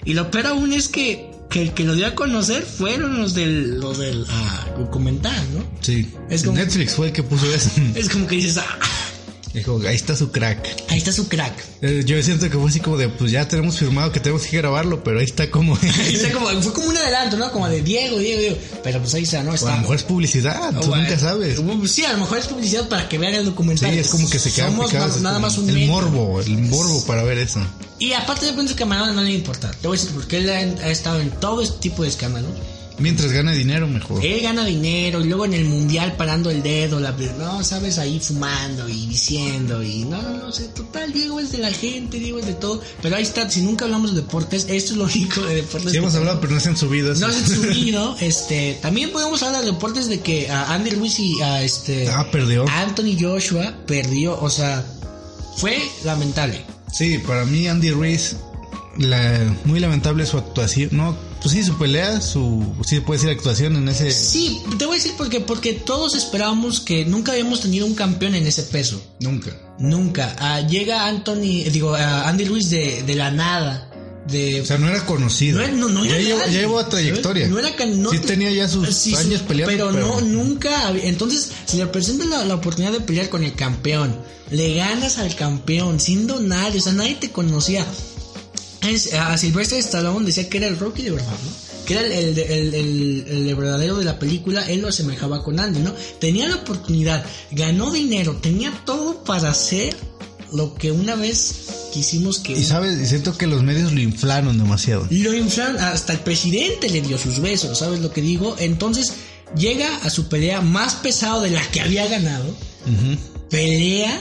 Speaker 2: Y lo peor aún es que, que el que lo dio a conocer fueron los del, los del ah, documental, ¿no?
Speaker 1: Sí.
Speaker 2: Es como-
Speaker 1: Netflix fue el que puso eso.
Speaker 2: Es como que dices, ah,
Speaker 1: Dijo, ahí está su crack.
Speaker 2: Ahí está su crack.
Speaker 1: Eh, Yo siento que fue así como de, pues ya tenemos firmado que tenemos que grabarlo, pero ahí está como...
Speaker 2: Ahí está como, fue como un adelanto, ¿no? Como de Diego, Diego, Diego. Pero pues ahí está, ¿no?
Speaker 1: O a
Speaker 2: Está.
Speaker 1: lo mejor es publicidad, tú
Speaker 2: Bueno, uh,
Speaker 1: nunca sabes.
Speaker 2: Sí, a lo mejor es publicidad para que vean el
Speaker 1: Sí,
Speaker 2: documental.
Speaker 1: es como que se quedan
Speaker 2: Somos
Speaker 1: picados.
Speaker 2: na-
Speaker 1: es
Speaker 2: nada
Speaker 1: como
Speaker 2: más un
Speaker 1: El
Speaker 2: medio.
Speaker 1: morbo, el morbo para ver eso.
Speaker 2: Y aparte yo pienso que a Maradona no le importa. Te voy a decir porque él ha, ha estado en todo este tipo de escándalos.
Speaker 1: Mientras gane dinero, mejor.
Speaker 2: Él gana dinero y luego en el mundial parando el dedo, la no, sabes, ahí fumando y diciendo y no, no, no sé, total, Diego es de la gente, Diego es de todo. Pero ahí está, si nunca hablamos de deportes, esto es lo único de deportes.
Speaker 1: Sí hemos
Speaker 2: que-
Speaker 1: hablado, pero no se han subido. eso.
Speaker 2: No se han subido, este, también podemos hablar de deportes de que a Andy Ruiz y a este
Speaker 1: ah, perdió.
Speaker 2: Anthony Joshua perdió, o sea, fue lamentable.
Speaker 1: Sí, para mí Andy Ruiz, la- muy lamentable su actuación. No, pues sí, su pelea, su... Sí, puede decir actuación en ese...
Speaker 2: Sí, te voy a decir por qué, porque todos esperábamos que nunca habíamos tenido un campeón en ese peso.
Speaker 1: Nunca.
Speaker 2: Nunca. Ah, llega Anthony, digo, ah, Andy Ruiz de, de la nada. De,
Speaker 1: O sea, no era conocido.
Speaker 2: no, era- no, no
Speaker 1: ya,
Speaker 2: era
Speaker 1: llevó,
Speaker 2: nadie.
Speaker 1: ya llevó trayectoria.
Speaker 2: No era can- no
Speaker 1: sí
Speaker 2: te-
Speaker 1: tenía ya sus
Speaker 2: sí,
Speaker 1: años
Speaker 2: su-
Speaker 1: peleando.
Speaker 2: Pero, no, nunca. hab- Entonces, si le presentas la, la oportunidad de pelear con el campeón, le ganas al campeón, siendo nadie, o sea, nadie te conocía. Es- a Silvestre Stallone decía que era el Rocky de verdad, ¿no? Que era el, el, el- el- el verdadero de la película, él lo asemejaba con Andy, ¿no? Tenía la oportunidad, ganó dinero, tenía todo para hacer lo que una vez quisimos que...
Speaker 1: Y sabes, y siento que los medios lo inflaron demasiado.
Speaker 2: Lo inflan, hasta el presidente le dio sus besos, ¿sabes lo que digo? Entonces llega a su pelea más pesado de la que había ganado,
Speaker 1: Ujú.
Speaker 2: pelea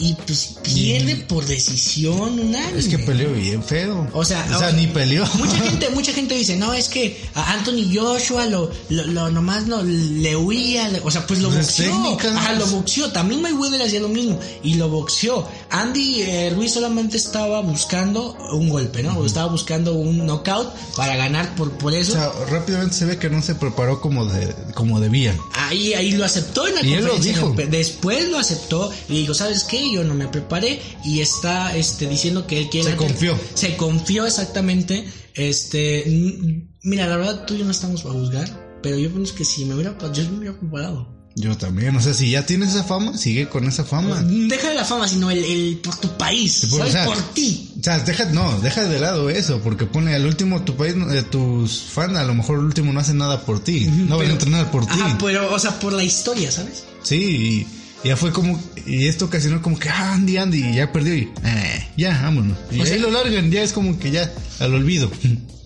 Speaker 2: y pues pierde por decisión unánime.
Speaker 1: Es que peleó bien feo.
Speaker 2: O sea,
Speaker 1: o sea,
Speaker 2: o-
Speaker 1: ni peleó.
Speaker 2: Mucha gente, mucha gente dice, no, es que a Anthony Joshua lo, lo, lo- nomás no, le huía, le- o sea, pues lo
Speaker 1: Las
Speaker 2: boxeó.
Speaker 1: técnicas.
Speaker 2: Ajá, lo boxeó. También Mayweather hacía lo mismo y lo boxeó. Andy eh, Ruiz solamente estaba buscando un golpe, ¿no? O Estaba buscando un knockout para ganar por, por
Speaker 1: O
Speaker 2: eso.
Speaker 1: sea, rápidamente se ve que no se preparó como de, como debía.
Speaker 2: Ahí, ahí lo aceptó en la
Speaker 1: Y él lo
Speaker 2: conferencia.
Speaker 1: dijo.
Speaker 2: Después lo aceptó y dijo, ¿sabes qué? Yo no me preparé y está este, diciendo que él quiere...
Speaker 1: Se confió.
Speaker 2: Se confió exactamente. Este, mm, mira, la verdad tú y yo no estamos para juzgar, pero yo pienso que si me hubiera, yo me hubiera preparado.
Speaker 1: Yo también. O sea, si ya tienes esa fama, sigue con esa fama.
Speaker 2: Deja de la fama, sino el, el por tu país,
Speaker 1: Por- o
Speaker 2: ¿sabes?
Speaker 1: sea,
Speaker 2: por ti.
Speaker 1: O sea, deja, no, deja de lado eso, porque pone al último tu país, eh, tus fans, a lo mejor el último no hace nada por ti, no van a
Speaker 2: Pero-
Speaker 1: entrenar por ti.
Speaker 2: Ajá, pues. pero, o sea, por la historia, ¿sabes?
Speaker 1: Sí, y ya fue como, y esto ocasionó como que, ah, Andy, Andy, y ya perdió y, eh, ya, vámonos. Y
Speaker 2: O
Speaker 1: ahí
Speaker 2: sea-
Speaker 1: lo largan, ya es como que ya, al olvido.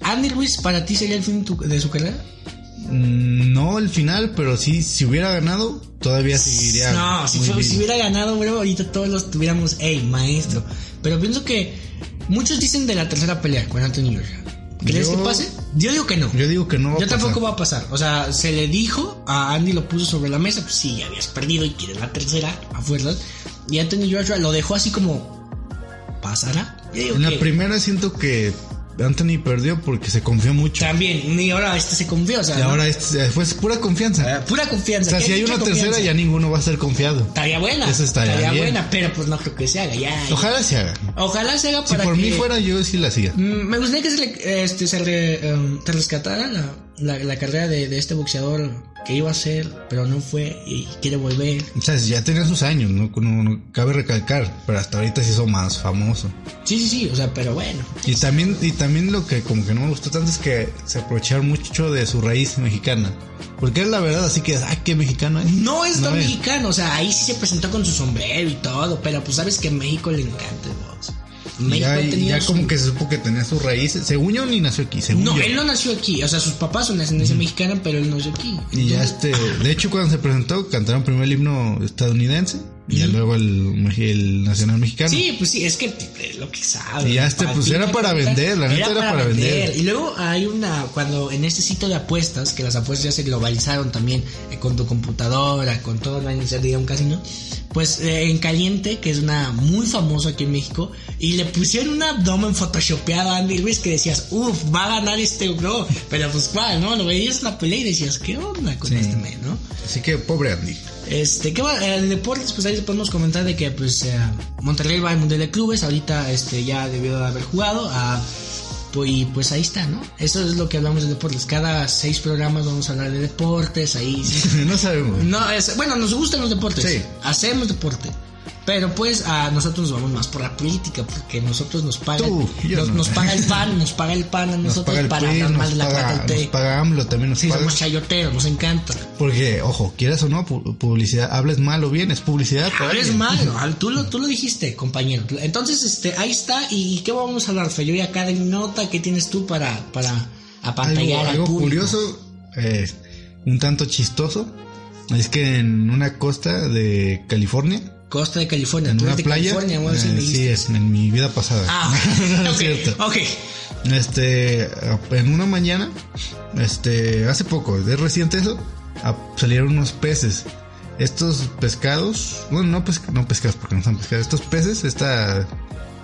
Speaker 2: Andy Ruiz, ¿para ti sería el fin tu- de su carrera?
Speaker 1: Mm, No el final, pero sí, si hubiera ganado, todavía seguiría.
Speaker 2: No, si,
Speaker 1: muy
Speaker 2: fue-
Speaker 1: vivo.
Speaker 2: si hubiera ganado, bro, ahorita todos los tuviéramos, hey, maestro. Pero pienso que muchos dicen de la tercera pelea con Anthony Joshua. ¿Crees
Speaker 1: Yo-
Speaker 2: que pase? Yo digo que no.
Speaker 1: Yo digo que no va
Speaker 2: Yo
Speaker 1: a pasar.
Speaker 2: tampoco va a pasar. O sea, se le dijo, a Andy lo puso sobre la mesa, pues sí, ya habías perdido y quieres la tercera, a fuerzas. Y Anthony Joshua lo dejó así como, ¿pasará? Yo digo
Speaker 1: En la
Speaker 2: que-
Speaker 1: primera siento que Anthony perdió porque se confió mucho.
Speaker 2: También, y ahora este se confió, o sea,
Speaker 1: Y
Speaker 2: ¿no?
Speaker 1: ahora es, fue pura confianza.
Speaker 2: pura
Speaker 1: O
Speaker 2: confianza.
Speaker 1: sea,
Speaker 2: que
Speaker 1: si hay
Speaker 2: mucha
Speaker 1: una
Speaker 2: confianza.
Speaker 1: tercera ya ninguno va a ser confiado.
Speaker 2: Estaría buena.
Speaker 1: Eso estaría bien.
Speaker 2: buena, pero pues no creo que se haga, ya. ya.
Speaker 1: Ojalá se haga.
Speaker 2: Ojalá se haga
Speaker 1: Si
Speaker 2: para
Speaker 1: por
Speaker 2: que...
Speaker 1: mí fuera yo sí la hacía.
Speaker 2: Mm, Me gustaría que se, le- este, se re- em, se rescatara la, la- la carrera de, de este boxeador que iba a ser, pero no fue y quiere volver.
Speaker 1: O sea, ya tenía sus años, ¿no? No- no cabe recalcar, pero hasta ahorita se hizo más famoso.
Speaker 2: Sí, sí, sí, o sea, pero bueno.
Speaker 1: Y también, y también lo que como que no me gustó tanto es que se aprovecharon mucho de su raíz mexicana. Porque es la verdad, así que, ay, qué mexicano es.
Speaker 2: No es tan
Speaker 1: es.
Speaker 2: mexicano, o sea, ahí sí se presentó con su sombrero y todo, pero pues sabes que a México le encanta el box.
Speaker 1: Y
Speaker 2: México
Speaker 1: Ya,
Speaker 2: ha
Speaker 1: y
Speaker 2: tenido
Speaker 1: ya
Speaker 2: su-
Speaker 1: como que se supo que tenía sus raíces. Según yo, ni nació aquí, según
Speaker 2: No,
Speaker 1: yo.
Speaker 2: él no nació aquí, o sea, sus papás son de ascendencia mexicana, pero él nació aquí.
Speaker 1: Y ya
Speaker 2: Entonces,
Speaker 1: este, de hecho cuando se presentó cantaron primero el himno estadounidense y ya luego el, mex- el nacional mexicano.
Speaker 2: Sí, pues sí, es que es lo que sabe.
Speaker 1: Y ya este, pues,
Speaker 2: ti,
Speaker 1: era para vender, la neta era para vender.
Speaker 2: Y luego hay una, cuando en este sitio de apuestas, que las apuestas ya se globalizaron también eh, con tu computadora, con todo, no hay necesidad de ir a un casino, pues eh, en Caliente, que es una muy famosa aquí en México, y le pusieron un abdomen photoshopeado a Andy Ruiz que decías, uff, va a ganar este bro, pero pues cuál, ¿no? Lo veías en la pelea y decías, ¿qué onda con
Speaker 1: Sí.
Speaker 2: este men, no?
Speaker 1: Así que pobre Andy.
Speaker 2: Este, ¿qué va? En deportes, pues ahí podemos comentar de que pues eh, Monterrey va al Mundial de Clubes, ahorita este ya debió de haber jugado, ah, pues, y pues ahí está, ¿no? Eso es lo que hablamos de deportes. Cada seis programas vamos a hablar de deportes, ahí sí.
Speaker 1: no sabemos.
Speaker 2: No, es- bueno, nos gustan los deportes.
Speaker 1: Sí.
Speaker 2: Hacemos deporte. Pero pues a nosotros nos vamos más por la política, porque nosotros nos pagan,
Speaker 1: Tú, yo
Speaker 2: nos,
Speaker 1: no.
Speaker 2: nos paga el pan, nos paga el pan a
Speaker 1: Nos
Speaker 2: nosotros
Speaker 1: paga el
Speaker 2: para
Speaker 1: PRI,
Speaker 2: hablar mal
Speaker 1: nos
Speaker 2: de la
Speaker 1: paga,
Speaker 2: cuarta
Speaker 1: nos paga AMLO, también nos
Speaker 2: Sí,
Speaker 1: paga.
Speaker 2: somos chayoteros, nos encanta.
Speaker 1: Porque, ojo, quieras o no, pu- publicidad, hables mal o bien, es publicidad. para
Speaker 2: Pero es
Speaker 1: alguien.
Speaker 2: malo, al- tú lo, tú lo dijiste, compañero. Entonces, este, ahí está, ¿y qué vamos a hablar, Fe? Yo y acá de nota que tienes tú para, para
Speaker 1: Algo,
Speaker 2: apantallar al
Speaker 1: algo
Speaker 2: público.
Speaker 1: curioso, eh, un tanto chistoso, es que en una costa de California,
Speaker 2: Costa de California,
Speaker 1: en
Speaker 2: tú
Speaker 1: una
Speaker 2: eres de
Speaker 1: playa,
Speaker 2: California, güey, sí
Speaker 1: eh,
Speaker 2: me
Speaker 1: sí,
Speaker 2: dijiste.
Speaker 1: es en mi vida pasada.
Speaker 2: Ah,
Speaker 1: no es
Speaker 2: ok,
Speaker 1: cierto.
Speaker 2: ok.
Speaker 1: Este, en una mañana, este, hace poco, es reciente eso, a- salieron unos peces. Estos pescados, bueno, no, pes- no pescados porque no son pescados, estos peces, esta,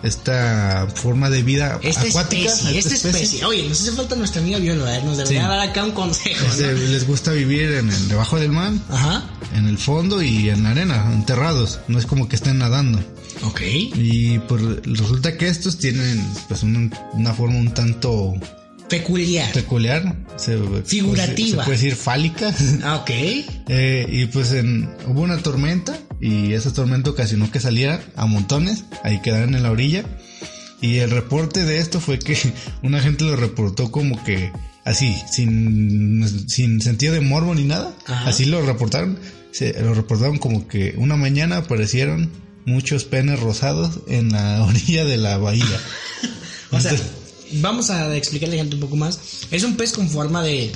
Speaker 1: esta forma de vida
Speaker 2: Esta
Speaker 1: acuática,
Speaker 2: especie, esta especie. este Oye, nos hace falta nuestra amiga bióloga, ¿eh? nos debería
Speaker 1: Sí.
Speaker 2: dar acá un consejo, ¿no?
Speaker 1: este, les gusta vivir en el- debajo del mar,
Speaker 2: Ajá,
Speaker 1: en el fondo y en la arena, enterrados, no es como que estén nadando.
Speaker 2: ok.
Speaker 1: Y pues resulta que estos tienen pues un- una forma un tanto
Speaker 2: Peculiar.
Speaker 1: peculiar, se,
Speaker 2: Figurativa.
Speaker 1: se puede decir fálica.
Speaker 2: Ah, ok.
Speaker 1: Eh, y pues en- hubo una tormenta y esa tormenta ocasionó que salieran a montones, ahí quedaron en la orilla. Y el reporte de esto fue que una gente lo reportó como que así, sin, sin sentido de morbo ni nada.
Speaker 2: Ajá.
Speaker 1: Así lo reportaron. Se, lo reportaron como que una mañana aparecieron muchos penes rosados en la orilla de la bahía.
Speaker 2: O sea,
Speaker 1: Entonces,
Speaker 2: vamos a explicarle a la gente un poco más. Es un pez con forma de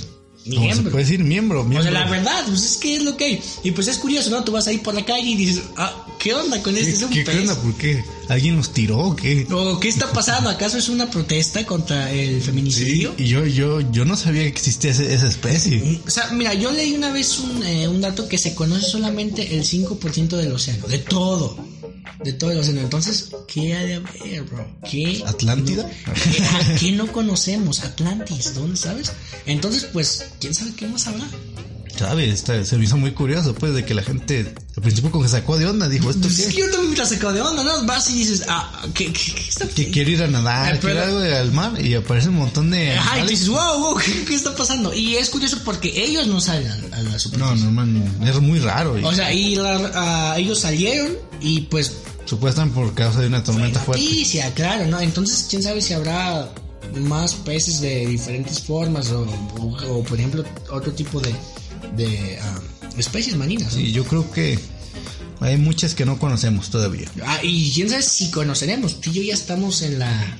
Speaker 1: ¿cómo se
Speaker 2: miembro.
Speaker 1: puede decir miembro,
Speaker 2: O
Speaker 1: miembro.
Speaker 2: sea, la verdad, pues es que es lo que hay. Y pues es curioso, ¿no? Tú vas ahí por la calle y dices, ah, ¿qué onda con este?
Speaker 1: ¿Qué,
Speaker 2: ¿Es un
Speaker 1: qué- qué
Speaker 2: pez?
Speaker 1: onda? ¿Por qué? ¿Alguien los tiró o qué?
Speaker 2: ¿O qué está pasando? ¿Acaso es una protesta contra el
Speaker 1: Sí,
Speaker 2: feminicidio?
Speaker 1: y yo, yo, yo no sabía que existía ese- esa especie.
Speaker 2: O sea, mira, yo leí una vez un, eh, un dato que se conoce solamente el 5% del océano, de todo, de todo el océano. Entonces, ¿qué ha de haber, bro? ¿Qué?
Speaker 1: ¿Atlántida?
Speaker 2: ¿Qué, a qué no conocemos? Atlantis, ¿dónde sabes? Entonces, pues, ¿quién sabe qué más habrá?
Speaker 1: ¿Sabes? Está- Se me hizo muy curioso, pues, de que la gente al principio como que sacó de onda, dijo, ¿esto
Speaker 2: Pues es que
Speaker 1: qué?
Speaker 2: yo también me la sacado de onda, ¿no? Vas y dices, ah, ¿qué, qué, qué está
Speaker 1: Que quiero ir a nadar,
Speaker 2: Ay, pero-
Speaker 1: quiero algo de- al mar y aparece un montón de...
Speaker 2: Ajá, y tú
Speaker 1: animales.
Speaker 2: dices, wow, wow, ¿qué, qué está pasando? Y es curioso porque ellos no salen a la
Speaker 1: No,
Speaker 2: superficie.
Speaker 1: no, man, es muy raro. y
Speaker 2: O sea, y la- ah, ellos salieron y pues
Speaker 1: Supuestan por causa de una tormenta fuerte.
Speaker 2: noticia, claro, ¿no? Entonces, quién sabe si habrá más peces de diferentes formas o, o- o, por ejemplo, otro tipo de, de ah, especies marinas. ¿no?
Speaker 1: Sí, yo creo que hay muchas que no conocemos todavía.
Speaker 2: Ah, y quién sabe si conoceremos. Tú y yo ya estamos en la.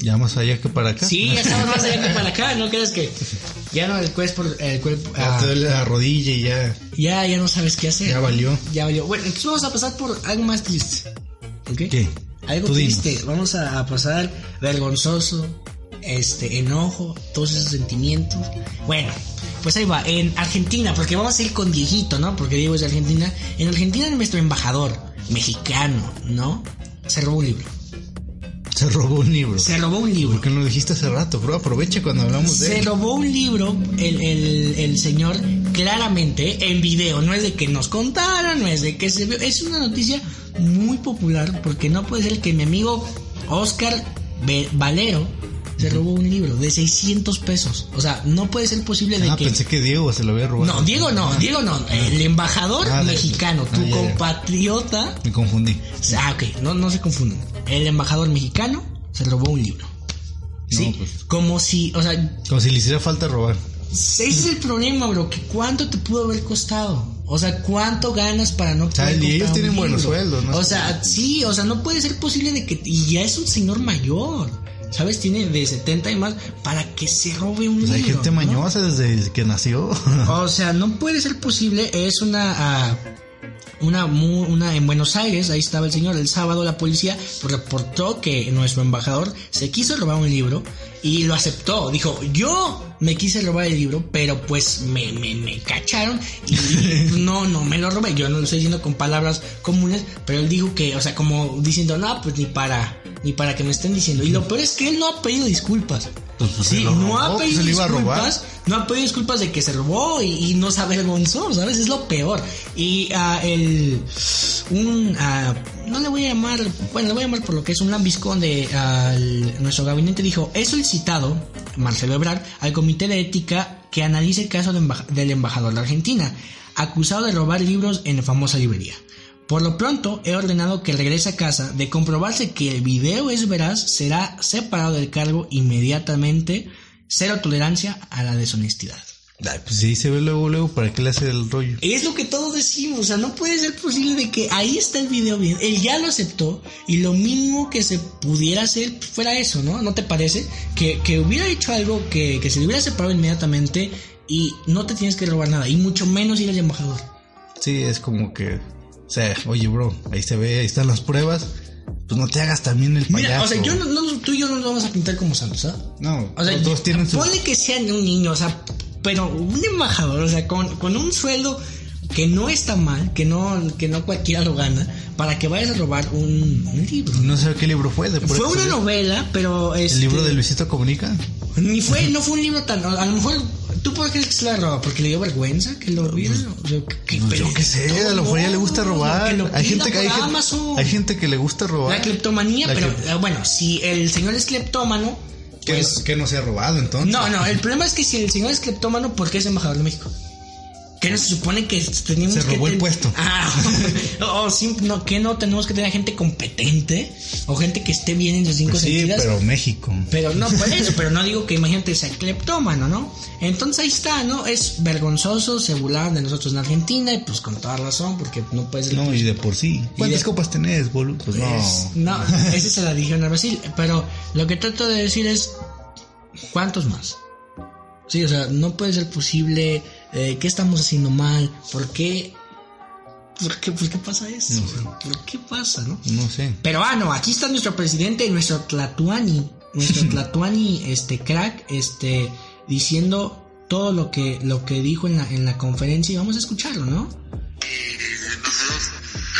Speaker 1: Ya más allá que para acá.
Speaker 2: Sí, ya estamos más allá que para acá, ¿no crees que? Ya no, el cuerpo. El cuerpo
Speaker 1: Ya
Speaker 2: ah,
Speaker 1: te duele la rodilla y ya,
Speaker 2: ya, ya no sabes qué hacer.
Speaker 1: ya valió.
Speaker 2: Ya valió. Bueno, entonces vamos a pasar por algo más triste. ¿Ok?
Speaker 1: ¿Qué?
Speaker 2: Algo
Speaker 1: Tú dinos.
Speaker 2: triste. Vamos a, a pasar vergonzoso, este, enojo, todos esos sentimientos. Bueno, pues ahí va. En Argentina, porque vamos a ir con Dieguito, ¿no? Porque Diego es de Argentina. En Argentina nuestro embajador mexicano, ¿no? Se robó un libro.
Speaker 1: Se robó un libro.
Speaker 2: Se robó un libro.
Speaker 1: Porque lo dijiste hace rato, bro. Aprovecha cuando hablamos de
Speaker 2: Se
Speaker 1: él.
Speaker 2: robó un libro el, el- el señor claramente en video. No es de que nos contaran, no es de que se vio. Es una noticia muy popular porque no puede ser que mi amigo Oscar Ve- Valero se robó un libro de 600 pesos. O sea, no puede ser posible de
Speaker 1: Ah,
Speaker 2: que...
Speaker 1: pensé que Diego se lo había robado.
Speaker 2: No, Diego no, Diego no. El embajador
Speaker 1: Ah, de-
Speaker 2: mexicano, tu
Speaker 1: ah, ya, ya.
Speaker 2: compatriota...
Speaker 1: Me confundí.
Speaker 2: O sea, Ah, ok, no, no se confunden. El embajador mexicano se robó un libro. ¿Sí?
Speaker 1: No, pues.
Speaker 2: Como si, o sea,
Speaker 1: Como si le hiciera falta robar.
Speaker 2: ese es el problema, bro. Que cuánto te pudo haber costado. O sea, cuánto ganas para no
Speaker 1: sea,
Speaker 2: poder
Speaker 1: y
Speaker 2: comprar
Speaker 1: ellos
Speaker 2: un
Speaker 1: tienen
Speaker 2: libro?
Speaker 1: buenos sueldos, ¿no?
Speaker 2: O sea, sí, o sea, no puede ser posible de que. Y ya es un señor mayor. ¿Sabes? Tiene de 70 y más para que se robe un
Speaker 1: Pues hay
Speaker 2: libro.
Speaker 1: gente
Speaker 2: ¿no?
Speaker 1: mañosa desde que nació.
Speaker 2: O sea, no puede ser posible. Es una. ah, una, mu- una en Buenos Aires, ahí estaba el señor, el sábado la policía reportó que nuestro embajador se quiso robar un libro y lo aceptó. Dijo, yo me quise robar el libro, pero pues me, me, me cacharon y no, no me lo robé. Yo no lo estoy diciendo con palabras comunes, pero él dijo que, o sea, como diciendo, no, pues ni para, ni para que me estén diciendo. Y lo peor es que él no ha pedido disculpas.
Speaker 1: Pues, pues, se
Speaker 2: sí,
Speaker 1: lo
Speaker 2: no ha
Speaker 1: robó,
Speaker 2: pedido
Speaker 1: se lo iba a robar.
Speaker 2: disculpas no ha pedido disculpas de que se robó y, y nos avergonzó, ¿sabes? Es lo peor. Y ah, el. Un. ah, no le voy a llamar. Bueno, le voy a llamar por lo que es un lambiscón de. ah, el- nuestro gabinete dijo: He solicitado, Marcelo Ebrard, al Comité de Ética que analice el caso de embaja- del embajador de Argentina, acusado de robar libros en la famosa librería. Por lo pronto, he ordenado que regrese a casa. De comprobarse que el video es veraz, será separado del cargo inmediatamente. Cero tolerancia a la deshonestidad.
Speaker 1: Ay, pues si ahí se ve luego, luego, ¿para qué le hace el rollo?
Speaker 2: Es lo que todos decimos, o sea, no puede ser posible de que ahí está el video bien. Él ya lo aceptó y lo mínimo que se pudiera hacer fuera eso, ¿no? ¿No te parece? Que, que hubiera hecho algo que, que se le hubiera separado inmediatamente y no te tienes que robar nada, y mucho menos ir al embajador.
Speaker 1: Sí, es como que, o sea, oye, bro, ahí se ve, ahí están las pruebas, pues no te hagas también el payaso.
Speaker 2: Mira, o sea, yo no, no- tú y yo no nos vamos a pintar como santos, ¿ah?
Speaker 1: No,
Speaker 2: O sea,
Speaker 1: los dos tienen sus...
Speaker 2: ponle que sean un niño, o sea, pero un embajador, o sea, con, con un sueldo que no está mal, que no, que no cualquiera lo gana, para que vayas a robar un, un libro.
Speaker 1: No sé qué libro fue, de por
Speaker 2: Fue
Speaker 1: eso
Speaker 2: una
Speaker 1: salió.
Speaker 2: novela, pero
Speaker 1: ¿El
Speaker 2: este,
Speaker 1: libro de Luisito Comunica?
Speaker 2: ni fue, no fue un libro tan, a lo mejor tú por qué crees que se la roba, porque le dio vergüenza que lo viera. O sea, que- que-
Speaker 1: Pues yo qué sé, a lo mejor ya le gusta robar.
Speaker 2: que lo
Speaker 1: hay,
Speaker 2: pida
Speaker 1: gente que,
Speaker 2: por
Speaker 1: hay, gente,
Speaker 2: Amazon.
Speaker 1: hay gente que le gusta robar.
Speaker 2: La cleptomanía,
Speaker 1: La
Speaker 2: pero
Speaker 1: clep-
Speaker 2: eh, bueno, si el señor es cleptómano,
Speaker 1: que,
Speaker 2: pues
Speaker 1: que no se ha robado entonces.
Speaker 2: No, no, el problema es que si el señor es cleptómano, ¿por qué es embajador de México? Que no se supone que tenemos
Speaker 1: Se
Speaker 2: que
Speaker 1: robó el
Speaker 2: ten-
Speaker 1: puesto.
Speaker 2: Ah, o, o sim- no, que no tenemos que tener gente competente o gente que esté bien en los cinco
Speaker 1: Pues sí,
Speaker 2: sentidos.
Speaker 1: pero México.
Speaker 2: Pero no, por eso, pero no digo que imagínate sea cleptómano, ¿no? Entonces ahí está, ¿no? Es vergonzoso, se burlaban de nosotros en Argentina y pues con toda razón, porque no puedes... ser
Speaker 1: No, y de por sí. ¿Cuántas
Speaker 2: de-
Speaker 1: copas tenés, boludo? Pues
Speaker 2: es-
Speaker 1: no.
Speaker 2: no, ese se la dijeron a Brasil. Pero lo que trato de decir es, ¿cuántos más? Sí, o sea, no puede ser posible. eh, ¿Qué estamos haciendo mal? ¿Por qué? ¿Por qué, por qué pasa eso?
Speaker 1: No sé.
Speaker 2: ¿Por qué pasa, no?
Speaker 1: No sé.
Speaker 2: Pero ah, no, aquí está nuestro presidente, nuestro Tlatuani, nuestro Tlatuani, este crack, este, diciendo todo lo que, lo que dijo en la, en la conferencia y vamos a escucharlo, ¿no?
Speaker 4: Eh, el embajador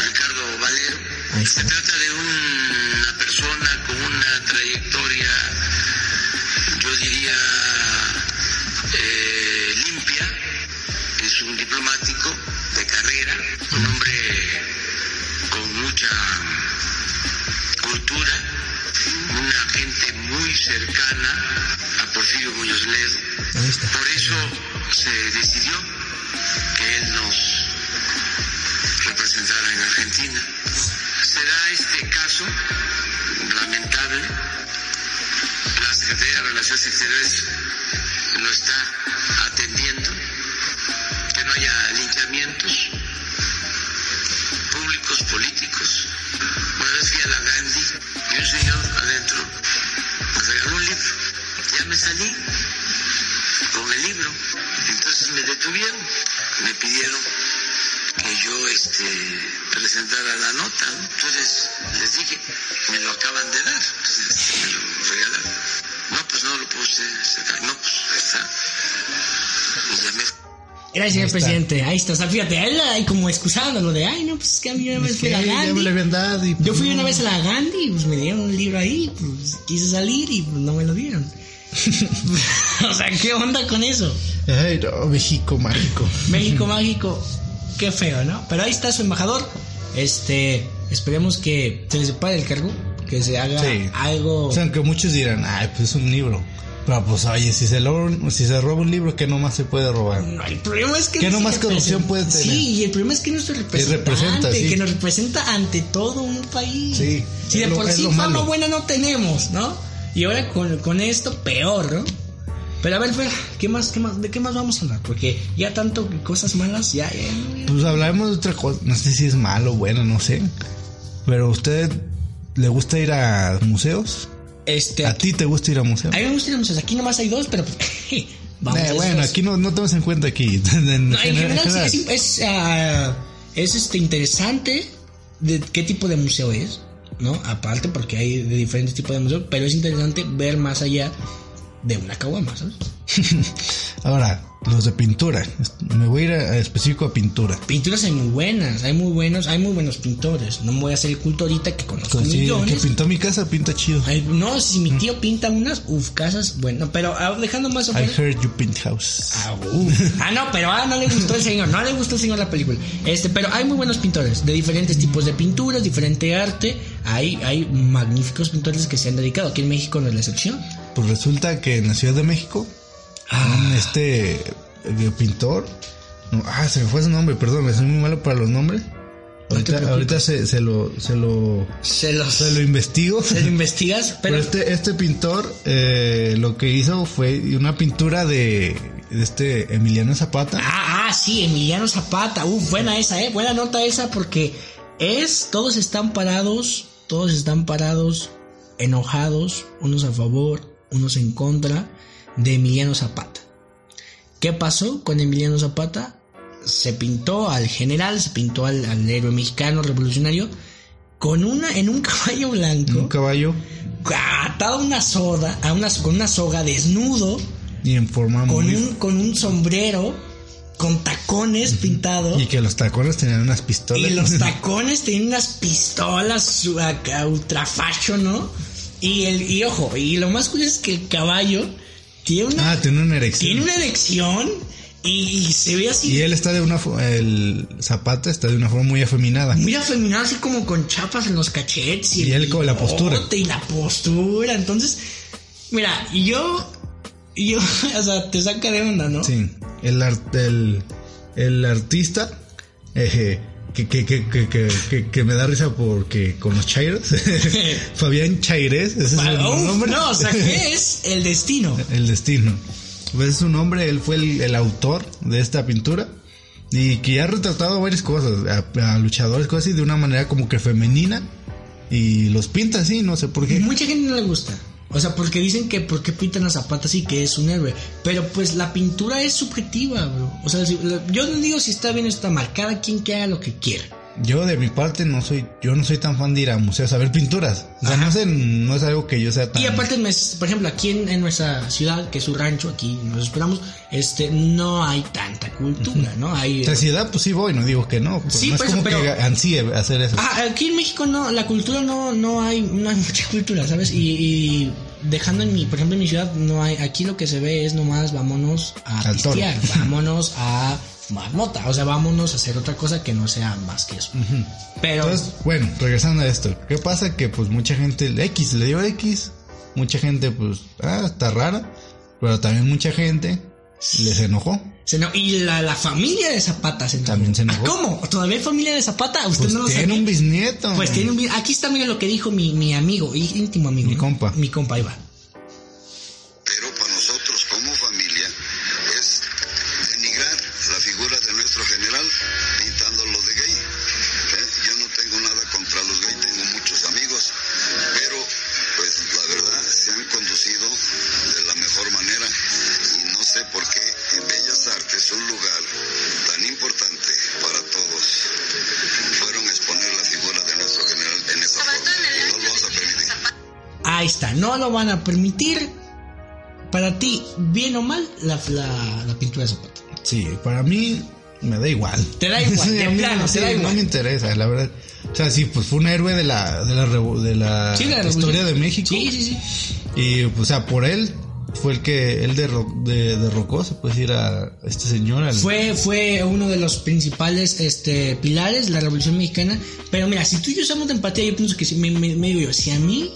Speaker 4: Ricardo Valero.
Speaker 2: Ahí
Speaker 4: Se
Speaker 2: está.
Speaker 4: trata de un- una persona con una trayectoria, yo diría, eh, limpia. Es un diplomático de carrera, un hombre con mucha cultura, una gente muy cercana a Porfirio Muñoz Ledo.
Speaker 2: Ahí está.
Speaker 4: Por eso se decidió que él nos representara en Argentina. Será este caso lamentable. La Secretaría de Relaciones Exteriores lo está atendiendo, que no haya linchamientos públicos, políticos. Una vez fui a la Gandhi y un señor adentro me regaló un libro. Ya me salí con el libro. Entonces me detuvieron, me pidieron que yo este, presentara la nota. ¿no? Entonces les dije, me lo acaban de dar, pues, este, me lo regalaron. No, pues no lo puse sacar. No, pues ahí está. Y llamé.
Speaker 2: Gracias, señor
Speaker 1: está.
Speaker 2: presidente. Ahí está. O sea, fíjate, a él ahí como excusando lo de, ay, no, pues es que a mí una vez fui a la
Speaker 1: Sí, ya me
Speaker 2: Gandhi.
Speaker 1: lo habían dado y, pues,
Speaker 2: Yo fui
Speaker 1: no.
Speaker 2: una vez a la Gandhi y pues me dieron un libro ahí, pues quise salir y pues no me lo dieron. o sea, ¿qué onda con eso?
Speaker 1: Ay, no, México mágico.
Speaker 2: México mágico, qué feo, ¿no? Pero ahí está su embajador. Este, esperemos que se le separe el cargo, que se haga
Speaker 1: Sí.
Speaker 2: algo.
Speaker 1: O sea, aunque muchos dirán, ay, pues es un libro. Pero pues, oye, si se, lo- si se roba un libro, ¿qué nomás se puede robar?
Speaker 2: No, el problema es que...
Speaker 1: Que no
Speaker 2: no se
Speaker 1: más
Speaker 2: representa-
Speaker 1: corrupción puede tener.
Speaker 2: Sí, y el problema es que nuestro representante,
Speaker 1: representa, sí.
Speaker 2: que nos representa ante todo un país.
Speaker 1: Sí,
Speaker 2: Si de
Speaker 1: es lo-
Speaker 2: por
Speaker 1: es
Speaker 2: sí
Speaker 1: lo
Speaker 2: fama
Speaker 1: malo.
Speaker 2: buena no tenemos, ¿no? Y ahora con, con esto, peor, ¿no? Pero a ver, Fer, ¿qué más, qué más, ¿de qué más vamos a hablar? Porque ya tanto que cosas malas, ya... ya-
Speaker 1: Pues hablaremos de otra cosa. No sé si es malo o bueno, no sé. Pero a usted le gusta ir a museos.
Speaker 2: Este,
Speaker 1: ¿A ti te gusta ir a museos?
Speaker 2: A mí me gustan los museos. Aquí nomás hay dos, pero pues, vamos
Speaker 1: Eh,
Speaker 2: a
Speaker 1: bueno,
Speaker 2: esos.
Speaker 1: aquí no, no tomas en cuenta aquí. En- en
Speaker 2: No, en
Speaker 1: general-
Speaker 2: general sí,
Speaker 1: general.
Speaker 2: es, es, ah, es, este, interesante de qué tipo de museo es, ¿no? Aparte porque hay de diferentes tipos de museos, pero es interesante ver más allá de una caguama, ¿sabes? pues.
Speaker 1: Ahora, los de pintura. Me voy a ir a, a específico a pintura.
Speaker 2: Pinturas hay muy buenas, hay muy buenos, hay muy buenos pintores. No me voy a hacer el culto ahorita que conozco
Speaker 1: Con- Pues sí, el que
Speaker 2: millones.
Speaker 1: pintó mi casa pinta chido.
Speaker 2: Ay, no, si mi tío pinta unas, uf, casas, bueno, pero ah, dejando más o
Speaker 1: I
Speaker 2: menos...
Speaker 1: heard you paint house.
Speaker 2: Ah, uh. Ah, no, pero ah, no le gustó el señor, no le gustó el señor la película. Este, pero hay muy buenos pintores, de diferentes tipos de pinturas, diferente arte. Hay, hay magníficos pintores que se han dedicado. Aquí en México no es la excepción.
Speaker 1: Pues resulta que en la Ciudad de México,
Speaker 2: Ah,
Speaker 1: un, este ah, eh, pintor, no, ah, se me fue su nombre, perdón, soy muy malo para los nombres.
Speaker 2: No te
Speaker 1: Ahorita,
Speaker 2: preocupes.
Speaker 1: ahorita se, se lo, se lo,
Speaker 2: se los
Speaker 1: se lo investigo.
Speaker 2: se lo investigas,
Speaker 1: Pero
Speaker 2: pero
Speaker 1: este, este pintor eh, lo que hizo fue una pintura de, de este Emiliano Zapata.
Speaker 2: Ah, ah, sí, Emiliano Zapata. Uf, buena esa, eh. Buena nota esa porque es, todos están parados, todos están parados, enojados, unos a favor, unos en contra de Emiliano Zapata. ¿Qué pasó con Emiliano Zapata? Se pintó al general, se pintó al, al héroe mexicano revolucionario con una, en un caballo blanco,
Speaker 1: Un caballo
Speaker 2: atado a una soda, a una, con una soga desnudo,
Speaker 1: y en forma
Speaker 2: con
Speaker 1: muy...
Speaker 2: un, con un sombrero, con tacones pintados.
Speaker 1: Y que los tacones tenían unas pistolas. Ah,
Speaker 2: Y los tacones tenían unas pistolas su- acá, ultra fashion, ¿no? Y, el, y ojo, y lo más curioso es que el caballo tiene una,
Speaker 1: Ah, tiene una erección.
Speaker 2: tiene una erección y, y se ve así
Speaker 1: Y él está de una... fo- El Zapata está de una forma muy afeminada.
Speaker 2: muy afeminado, así como con chapas en los cachetes.
Speaker 1: Y él con la
Speaker 2: bigote
Speaker 1: postura.
Speaker 2: Y la postura. Entonces, mira, yo, yo, o sea, te saca de onda, ¿no?
Speaker 1: Sí, el, art- el, el artista eje, que, que, que, que, que, que- que me da risa porque con los Chairos, Fabián Chaires, ese es
Speaker 2: Ah,
Speaker 1: el
Speaker 2: uf,
Speaker 1: nombre.
Speaker 2: no, o sea, ¿qué es el destino?
Speaker 1: El destino. Pues es su nombre, él fue el, el autor de esta pintura y que ha retratado varias cosas, a, a luchadores, cosas así, de una manera como que femenina y los pinta así, no sé por qué.
Speaker 2: Mucha gente no le gusta. O sea, porque dicen que por qué pintan a Zapata así que es un héroe. Pero pues la pintura es subjetiva, bro. O sea, si- la- yo no digo si está bien o está mal. Cada quien que haga lo que quiera.
Speaker 1: Yo de mi parte no soy, yo no soy tan fan de ir a museos a ver pinturas. O sea, no, sé, no es algo que yo sea tan...
Speaker 2: Y aparte, en nues- por ejemplo, aquí en, en nuestra ciudad, que es su rancho, aquí nos esperamos, este, no hay tanta cultura, ¿no? Hay,
Speaker 1: La ciudad, pues sí voy, no digo que no. Pero
Speaker 2: Sí,
Speaker 1: no es
Speaker 2: pues,
Speaker 1: como
Speaker 2: pero-
Speaker 1: que ansíe hacer eso.
Speaker 2: Ah, aquí en México no, la cultura no, no hay, no hay mucha cultura, ¿sabes? Y, y dejando en mi, por ejemplo, en mi ciudad no hay, aquí lo que se ve es nomás vámonos a
Speaker 1: Al toro.
Speaker 2: pistear, vámonos a fumar mota, o sea, vámonos a hacer otra cosa que no sea más que eso. Pero
Speaker 1: Entonces, bueno, regresando a esto. ¿Qué pasa? Que pues mucha gente, el X, le dio X. Mucha gente, pues, ah, está rara. Pero también mucha gente les enojó.
Speaker 2: se no- y la, la familia de Zapata se enojó.
Speaker 1: También se enojó.
Speaker 2: Ah, ¿Cómo? ¿Todavía hay familia de Zapata? Usted
Speaker 1: Pues
Speaker 2: no lo
Speaker 1: tiene
Speaker 2: sabe.
Speaker 1: un bisnieto.
Speaker 2: Pues tiene un vi- Aquí está, mira lo que dijo mi, mi amigo, í- íntimo amigo.
Speaker 1: Mi
Speaker 2: ¿no?
Speaker 1: compa.
Speaker 2: Mi compa, ahí va.
Speaker 4: pero para nosotros como familia es denigrar la figura de nuestro general pintándolo de gay. ¿eh? Yo no tengo nada contra los gays, tengo muchos amigos, pero pues la verdad se han conducido de la mejor manera y no sé por qué en Bellas Artes, un lugar tan importante para todos, fueron a exponer la figura de nuestro general en esa forma y no lo vamos a permitir.
Speaker 2: Ahí está, no lo van a permitir. Para ti, bien o mal, la, la- la pintura de Zapata.
Speaker 1: Sí, para mí me da igual.
Speaker 2: Te da igual, de
Speaker 1: a mí
Speaker 2: plano,
Speaker 1: no,
Speaker 2: te
Speaker 1: sí,
Speaker 2: da igual.
Speaker 1: No me interesa, la verdad. O sea, sí, pues fue un héroe de la, de la, revo- de la
Speaker 2: Sí, de la
Speaker 1: historia
Speaker 2: revolución.
Speaker 1: de México.
Speaker 2: Sí, sí, sí.
Speaker 1: Y, pues, o sea, por él fue el que él derro- de- derrocó, se puede decir, a este señor. al-
Speaker 2: Fue, fue uno de los principales este, pilares de la Revolución Mexicana. Pero mira, si tú y yo somos de empatía, yo pienso que si me, me- me digo yo, si a mí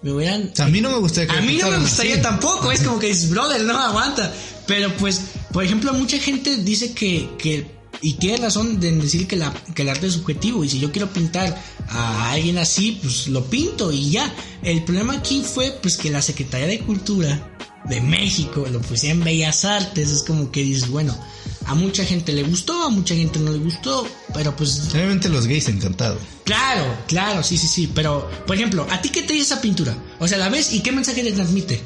Speaker 2: me hubieran...
Speaker 1: O sea, a mí no me gustaría que
Speaker 2: A mí no me
Speaker 1: pensaran
Speaker 2: gustaría
Speaker 1: así.
Speaker 2: tampoco, es como que dices, brother, no aguanta. Pero pues, por ejemplo, mucha gente dice que, que y tiene razón de decir que, la, que el arte es subjetivo. Y si yo quiero pintar a alguien así, pues lo pinto y ya. El problema aquí fue pues que la Secretaría de Cultura de México lo pusía en Bellas Artes. Es como que dices, bueno, a mucha gente le gustó, a mucha gente no le gustó, pero pues
Speaker 1: Obviamente los gays encantados.
Speaker 2: Claro, claro, sí, sí, sí. Pero, por ejemplo, ¿a ti qué te dice esa pintura? O sea, ¿la ves y qué mensaje te transmite?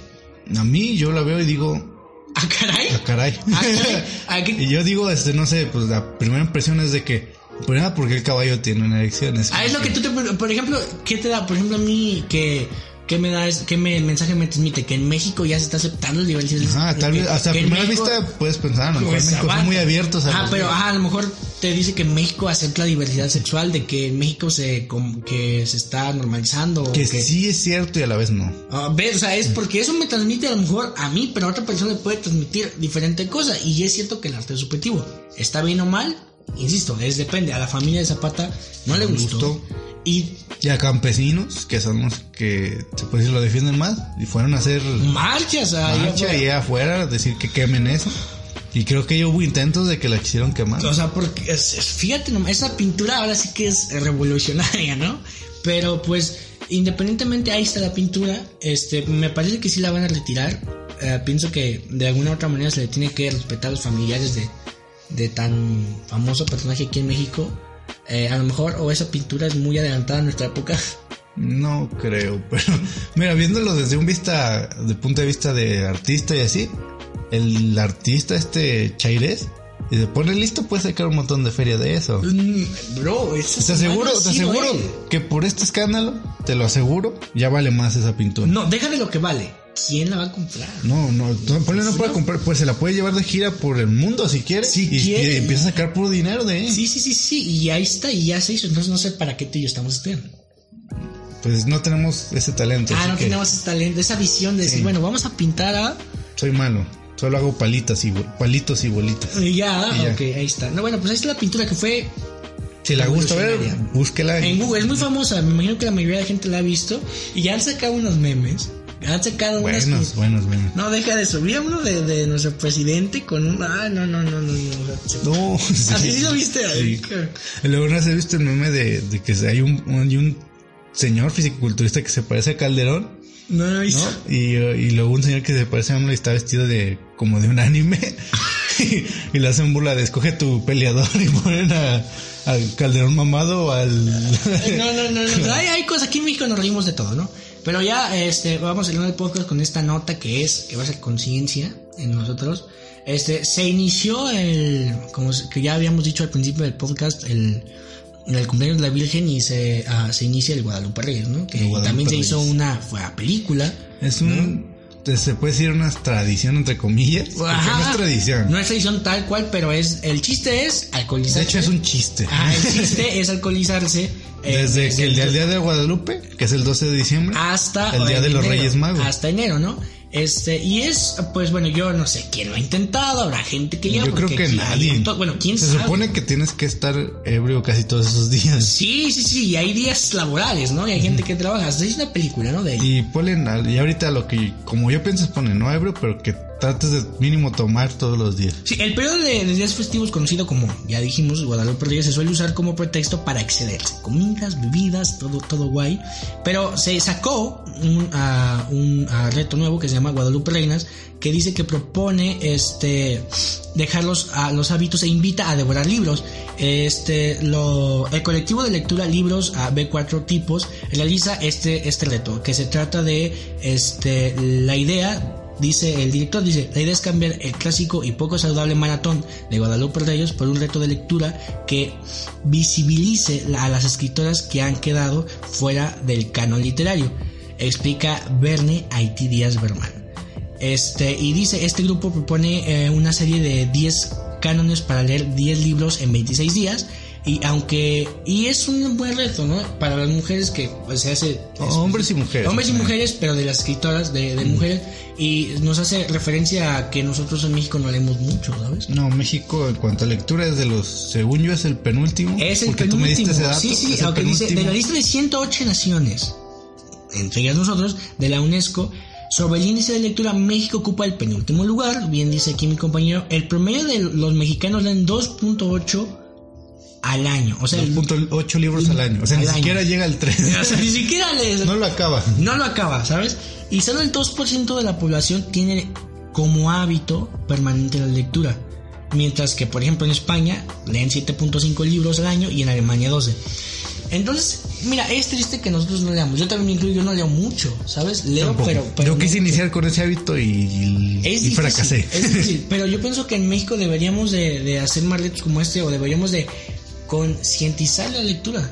Speaker 1: A mí yo la veo y digo,
Speaker 2: ¿A caray?
Speaker 1: ah, caray.
Speaker 2: ¿A caray? ¿A qué?
Speaker 1: y yo digo, este, no sé, pues la primera impresión es de que, primero porque el caballo tiene una erección. Es
Speaker 2: Ah, es lo que tú te... Por ejemplo, ¿qué te da? Por ejemplo, a mí, que... ¿Qué me da? es- ¿Qué me- mensaje me transmite? Que en México ya se está aceptando el nivel...
Speaker 1: Ah, tal vez, hasta a
Speaker 2: que en
Speaker 1: primera
Speaker 2: México-
Speaker 1: vista puedes pensar, a lo mejor
Speaker 2: Pues,
Speaker 1: México son
Speaker 2: aguanta.
Speaker 1: muy abiertos a
Speaker 2: Ah,
Speaker 1: los
Speaker 2: pero
Speaker 1: gays.
Speaker 2: ah, a lo mejor te dice que en México acepta la diversidad sexual, de que en México se, como que se está normalizando. o
Speaker 1: que sí es cierto y a la vez no.
Speaker 2: Ah, ¿Ves? O sea, es porque eso me transmite a lo mejor a mí, pero a otra persona le puede transmitir diferente cosa. Y es cierto que el arte es subjetivo. ¿Está bien o mal? Insisto, es depende. A la familia de Zapata no le
Speaker 1: Me
Speaker 2: gustó.
Speaker 1: gustó.
Speaker 2: Y
Speaker 1: Y a campesinos, que son los que se puede decir lo defienden más, y fueron a hacer
Speaker 2: marchas Mm, ah, ahí
Speaker 1: marcha
Speaker 2: afuera.
Speaker 1: y afuera, decir que quemen eso. Y creo que hubo intentos de que la quisieron quemar.
Speaker 2: O sea, porque es- es- fíjate nomás, esa pintura ahora sí que es revolucionaria, ¿no? Pero pues, independientemente ahí está la pintura, este, me parece que sí la van a retirar. Eh, pienso que de alguna u otra manera se le tiene que respetar a los familiares de, de tan famoso personaje aquí en México. Eh, a lo mejor o esa pintura es muy adelantada a nuestra época.
Speaker 1: No creo, pero mira, viéndolo desde un vista, de punto de vista de artista y así, el artista este Chaires, y se pone listo, puede sacar un montón de feria de eso.
Speaker 2: Mm, Bro, eso
Speaker 1: Te aseguro, te aseguro
Speaker 2: eh.
Speaker 1: que por este escándalo, te lo aseguro, ya vale más esa pintura.
Speaker 2: No, déjale lo que vale. ¿Quién la va a comprar?
Speaker 1: No, no, no, ponle no puede comprar, pues se la puede llevar de gira por el mundo si quiere.
Speaker 2: Si
Speaker 1: y,
Speaker 2: quiere.
Speaker 1: y empieza a sacar puro dinero de ahí.
Speaker 2: Sí, sí, sí, sí, y ahí está, y ya se hizo. Entonces no sé para qué tú y yo estamos estudiando.
Speaker 1: Pues no tenemos ese talento.
Speaker 2: ah,
Speaker 1: así
Speaker 2: no
Speaker 1: que
Speaker 2: tenemos ese talento, esa visión de decir,
Speaker 1: Sí.
Speaker 2: bueno, vamos a pintar a.
Speaker 1: Soy malo. Solo hago palitas y bo- palitos y bolitas.
Speaker 2: Y eh, ya,
Speaker 1: Y ya.
Speaker 2: ok, ahí está. No, bueno, pues ahí está la pintura que fue
Speaker 1: Si la gusta ver,
Speaker 2: Revolucionaria.
Speaker 1: búsquela.
Speaker 2: en Google, es muy famosa, me imagino que la mayoría de la gente la ha visto, y ya han sacado unos memes, han sacado unas.
Speaker 1: Buenos, buenos, buenos.
Speaker 2: No, deja de subir a uno de, de nuestro presidente con un. Ah, no, no, no, no, no. o sea, se-
Speaker 1: No, sí.
Speaker 2: Así sí lo viste.
Speaker 1: Sí. Luego no has visto el meme de, de que hay un, un- hay un señor fisiculturista que se parece a Calderón,
Speaker 2: No lo he
Speaker 1: ¿no?
Speaker 2: visto.
Speaker 1: Y, y luego un señor que se parece a AMLO y está vestido de como de un anime. y, y le hacen burla de escoge tu peleador y ponen a, al Calderón mamado o al...
Speaker 2: Eh, No, no, no, no. Hay, hay cosas, aquí en México nos reímos de todo, ¿no? Pero ya este, vamos a terminar el podcast con esta nota que es, que va a ser conciencia en nosotros. Este, se inició el, como se- que ya habíamos dicho al principio del podcast, el, el cumpleaños de la Virgen y se, ah, se inicia el Guadalupe Reyes, ¿no? Que
Speaker 1: El Guadalupe
Speaker 2: también se
Speaker 1: Reyes.
Speaker 2: hizo una, fue a película.
Speaker 1: es un... Se puede decir una tradición entre comillas. Porque no es
Speaker 2: Ajá.
Speaker 1: tradición.
Speaker 2: No es tradición tal cual, pero es, el chiste es alcoholizarse.
Speaker 1: de hecho es un chiste.
Speaker 2: Ah, el chiste es alcoholizarse. eh,
Speaker 1: Desde que el día,
Speaker 2: del-
Speaker 1: el día de Guadalupe, que es el 12 de diciembre,
Speaker 2: hasta
Speaker 1: el día de los
Speaker 2: enero,
Speaker 1: Reyes Magos.
Speaker 2: Hasta enero, ¿no? Este, y es, pues bueno, yo no sé quién lo ha intentado, habrá gente que ya.
Speaker 1: Yo creo
Speaker 2: porque
Speaker 1: que
Speaker 2: quién-
Speaker 1: nadie.
Speaker 2: to- Bueno, quién
Speaker 1: Se
Speaker 2: sabe.
Speaker 1: supone que tienes que estar ebrio casi todos esos días.
Speaker 2: Sí, sí, sí, y hay días laborales, ¿no? Y hay gente que trabaja. Se hizo una película, ¿no? De ahí.
Speaker 1: Y ponen, al- y ahorita lo que, como yo pienso, es ponen no ebrio, pero que trates de mínimo tomar todos los días.
Speaker 2: Sí, el periodo de, de días festivos conocido como, ya dijimos, Guadalupe Reyes se suele usar como pretexto para excederse. Comidas, bebidas, todo, todo guay. Pero se sacó un, ah, un, ah, reto nuevo que se llama Guadalupe Reinas, que dice que propone este dejar los, ah, los hábitos e invita a devorar libros. Este, lo, el colectivo de lectura Libros a B4 Tipos realiza este, este reto, que se trata de este, la idea Dice el director, dice, la idea es cambiar el clásico y poco saludable maratón de Guadalupe Reyes por un reto de lectura que visibilice la- a las escritoras que han quedado fuera del canon literario, explica Verne Haití Díaz Berman. Este, y dice, este grupo propone eh, una serie de 10 cánones para leer 10 libros en 26 días. Y aunque, y es un buen reto, ¿no? Para las mujeres que pues, se hace...
Speaker 1: Hombres y mujeres.
Speaker 2: Hombres y mujeres, pero de las escritoras, de, de mujeres. Y nos hace referencia a que nosotros en México no leemos mucho, ¿sabes?
Speaker 1: No, México en cuanto a lectura es de los, según yo es el penúltimo.
Speaker 2: Es el
Speaker 1: porque
Speaker 2: penúltimo.
Speaker 1: tú me diste ese dato.
Speaker 2: sí, sí,
Speaker 1: es el
Speaker 2: aunque dice,
Speaker 1: penúltimo.
Speaker 2: de la lista de 108 naciones, entre ellas nosotros, de la UNESCO, sobre el índice de lectura, México ocupa el penúltimo lugar. Bien dice aquí mi compañero, el promedio de los mexicanos leen 2.8 al año. O sea, el-
Speaker 1: 2.8 libros al año. O sea,
Speaker 2: Al
Speaker 1: ni
Speaker 2: año.
Speaker 1: siquiera llega al 3.
Speaker 2: o sea, ni siquiera lees.
Speaker 1: no lo acaba.
Speaker 2: no lo acaba, ¿sabes? Y solo el 2% de la población tiene como hábito permanente la lectura. Mientras que, por ejemplo, en España leen 7.5 libros al año y en Alemania 12. Entonces, mira, es triste que nosotros no leamos. Yo también me incluyo, yo no leo mucho, ¿sabes? Leo,
Speaker 1: Tampoco.
Speaker 2: pero, pero...
Speaker 1: yo
Speaker 2: no
Speaker 1: quise
Speaker 2: mucho.
Speaker 1: iniciar con ese hábito y, y-
Speaker 2: Es
Speaker 1: y
Speaker 2: difícil,
Speaker 1: fracasé.
Speaker 2: es difícil, pero yo pienso que en México deberíamos de, de hacer más retos como este o deberíamos de concientizar la lectura.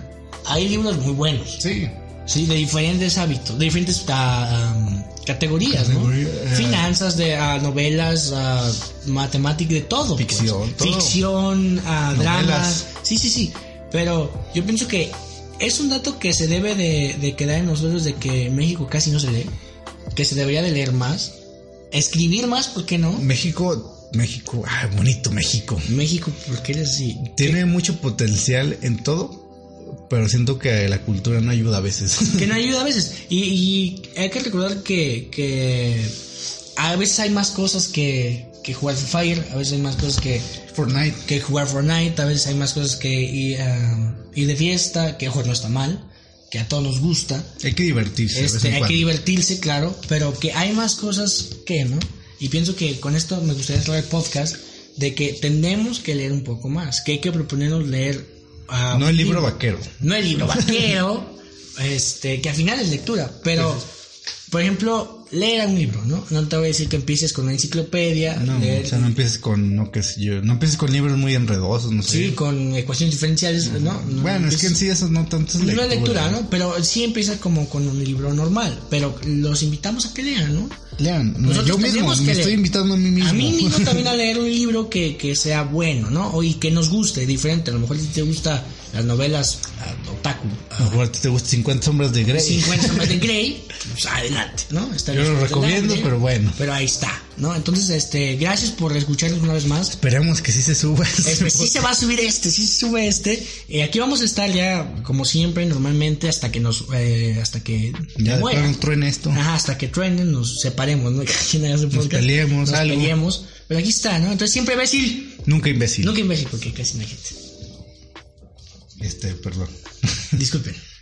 Speaker 2: Hay libros muy buenos.
Speaker 1: sí.
Speaker 2: Sí, de diferentes hábitos, de diferentes ah, um, categorías, ¿no?
Speaker 1: Categoría, eh,
Speaker 2: Finanzas, de ah, novelas, ah, matemáticas, de todo. pues.
Speaker 1: Ficción, todo.
Speaker 2: Ficción, ah, dramas.
Speaker 1: Novelas.
Speaker 2: Sí, sí, sí. Pero yo pienso que es un dato que se debe de, de quedar en nosotros de que en México casi no se lee, que se debería de leer más, escribir más, ¿por qué no?
Speaker 1: México, México, ah, bonito México.
Speaker 2: México, ¿por qué eres así?
Speaker 1: Tiene mucho potencial en todo, pero siento que la cultura no ayuda a veces.
Speaker 2: que no ayuda a veces. Y, y hay que recordar que, que a veces hay más cosas que, que jugar Free Fire, a veces hay más cosas que,
Speaker 1: Fortnite.
Speaker 2: que jugar Fortnite, a veces hay más cosas que ir, ah, ir de fiesta, que ojo, no está mal, que a todos nos gusta,
Speaker 1: Hay que divertirse. de vez
Speaker 2: este,
Speaker 1: en
Speaker 2: hay que
Speaker 1: cuando.
Speaker 2: divertirse, claro, pero que hay más cosas que, ¿no? Y pienso que con esto me gustaría cerrar el podcast de que tenemos que leer un poco más, que hay que proponernos leer... ah,
Speaker 1: no el
Speaker 2: un
Speaker 1: libro vaquero.
Speaker 2: no el libro vaquero, este, que al final es lectura, pero, por ejemplo, leer un libro, ¿no? No te voy a decir que empieces con una enciclopedia,
Speaker 1: No,
Speaker 2: leer,
Speaker 1: o sea, no empieces con, no qué sé yo, no empieces con libros muy enredosos, no sé.
Speaker 2: sí, con ecuaciones diferenciales, ¿no? No
Speaker 1: bueno, es que en
Speaker 2: empieces-
Speaker 1: sí eso no tanto es
Speaker 2: no
Speaker 1: lectura.
Speaker 2: es lectura, ¿no? Pero sí empieza como con un libro normal, pero los invitamos a que lean, ¿no?
Speaker 1: Lean, no,
Speaker 2: Nosotros
Speaker 1: yo mismo
Speaker 2: tenemos
Speaker 1: me
Speaker 2: que leer.
Speaker 1: estoy invitando a mí mismo.
Speaker 2: A mí mismo también a leer un libro que, que sea bueno, ¿no? O y que nos guste, diferente. A lo mejor si te gustan las novelas ah, otaku,
Speaker 1: A lo mejor a ti te gusta 50 sombras de Grey.
Speaker 2: 50 sombras de Grey, pues adelante, ¿no? Está
Speaker 1: Yo lo
Speaker 2: bien.
Speaker 1: recomiendo, pero bueno.
Speaker 2: Pero ahí está, ¿no? Entonces, este, gracias por escucharnos una vez más.
Speaker 1: Esperemos que sí se suba.
Speaker 2: Este, sí se va a subir este, sí se sube este. Eh, aquí vamos a estar ya, como siempre, normalmente, hasta que nos, eh, hasta que
Speaker 1: ya de
Speaker 2: muera. Ah,
Speaker 1: plano truena esto.
Speaker 2: Ajá, hasta que truenen, nos separemos, ¿no? Cada quien haga su podcast.
Speaker 1: peleemos,
Speaker 2: nos
Speaker 1: algo.
Speaker 2: peleemos. Pero aquí está, ¿no? Entonces siempre imbécil.
Speaker 1: Nunca imbécil.
Speaker 2: Nunca imbécil, porque casi no hay gente.
Speaker 1: Este, perdón.
Speaker 2: Disculpen.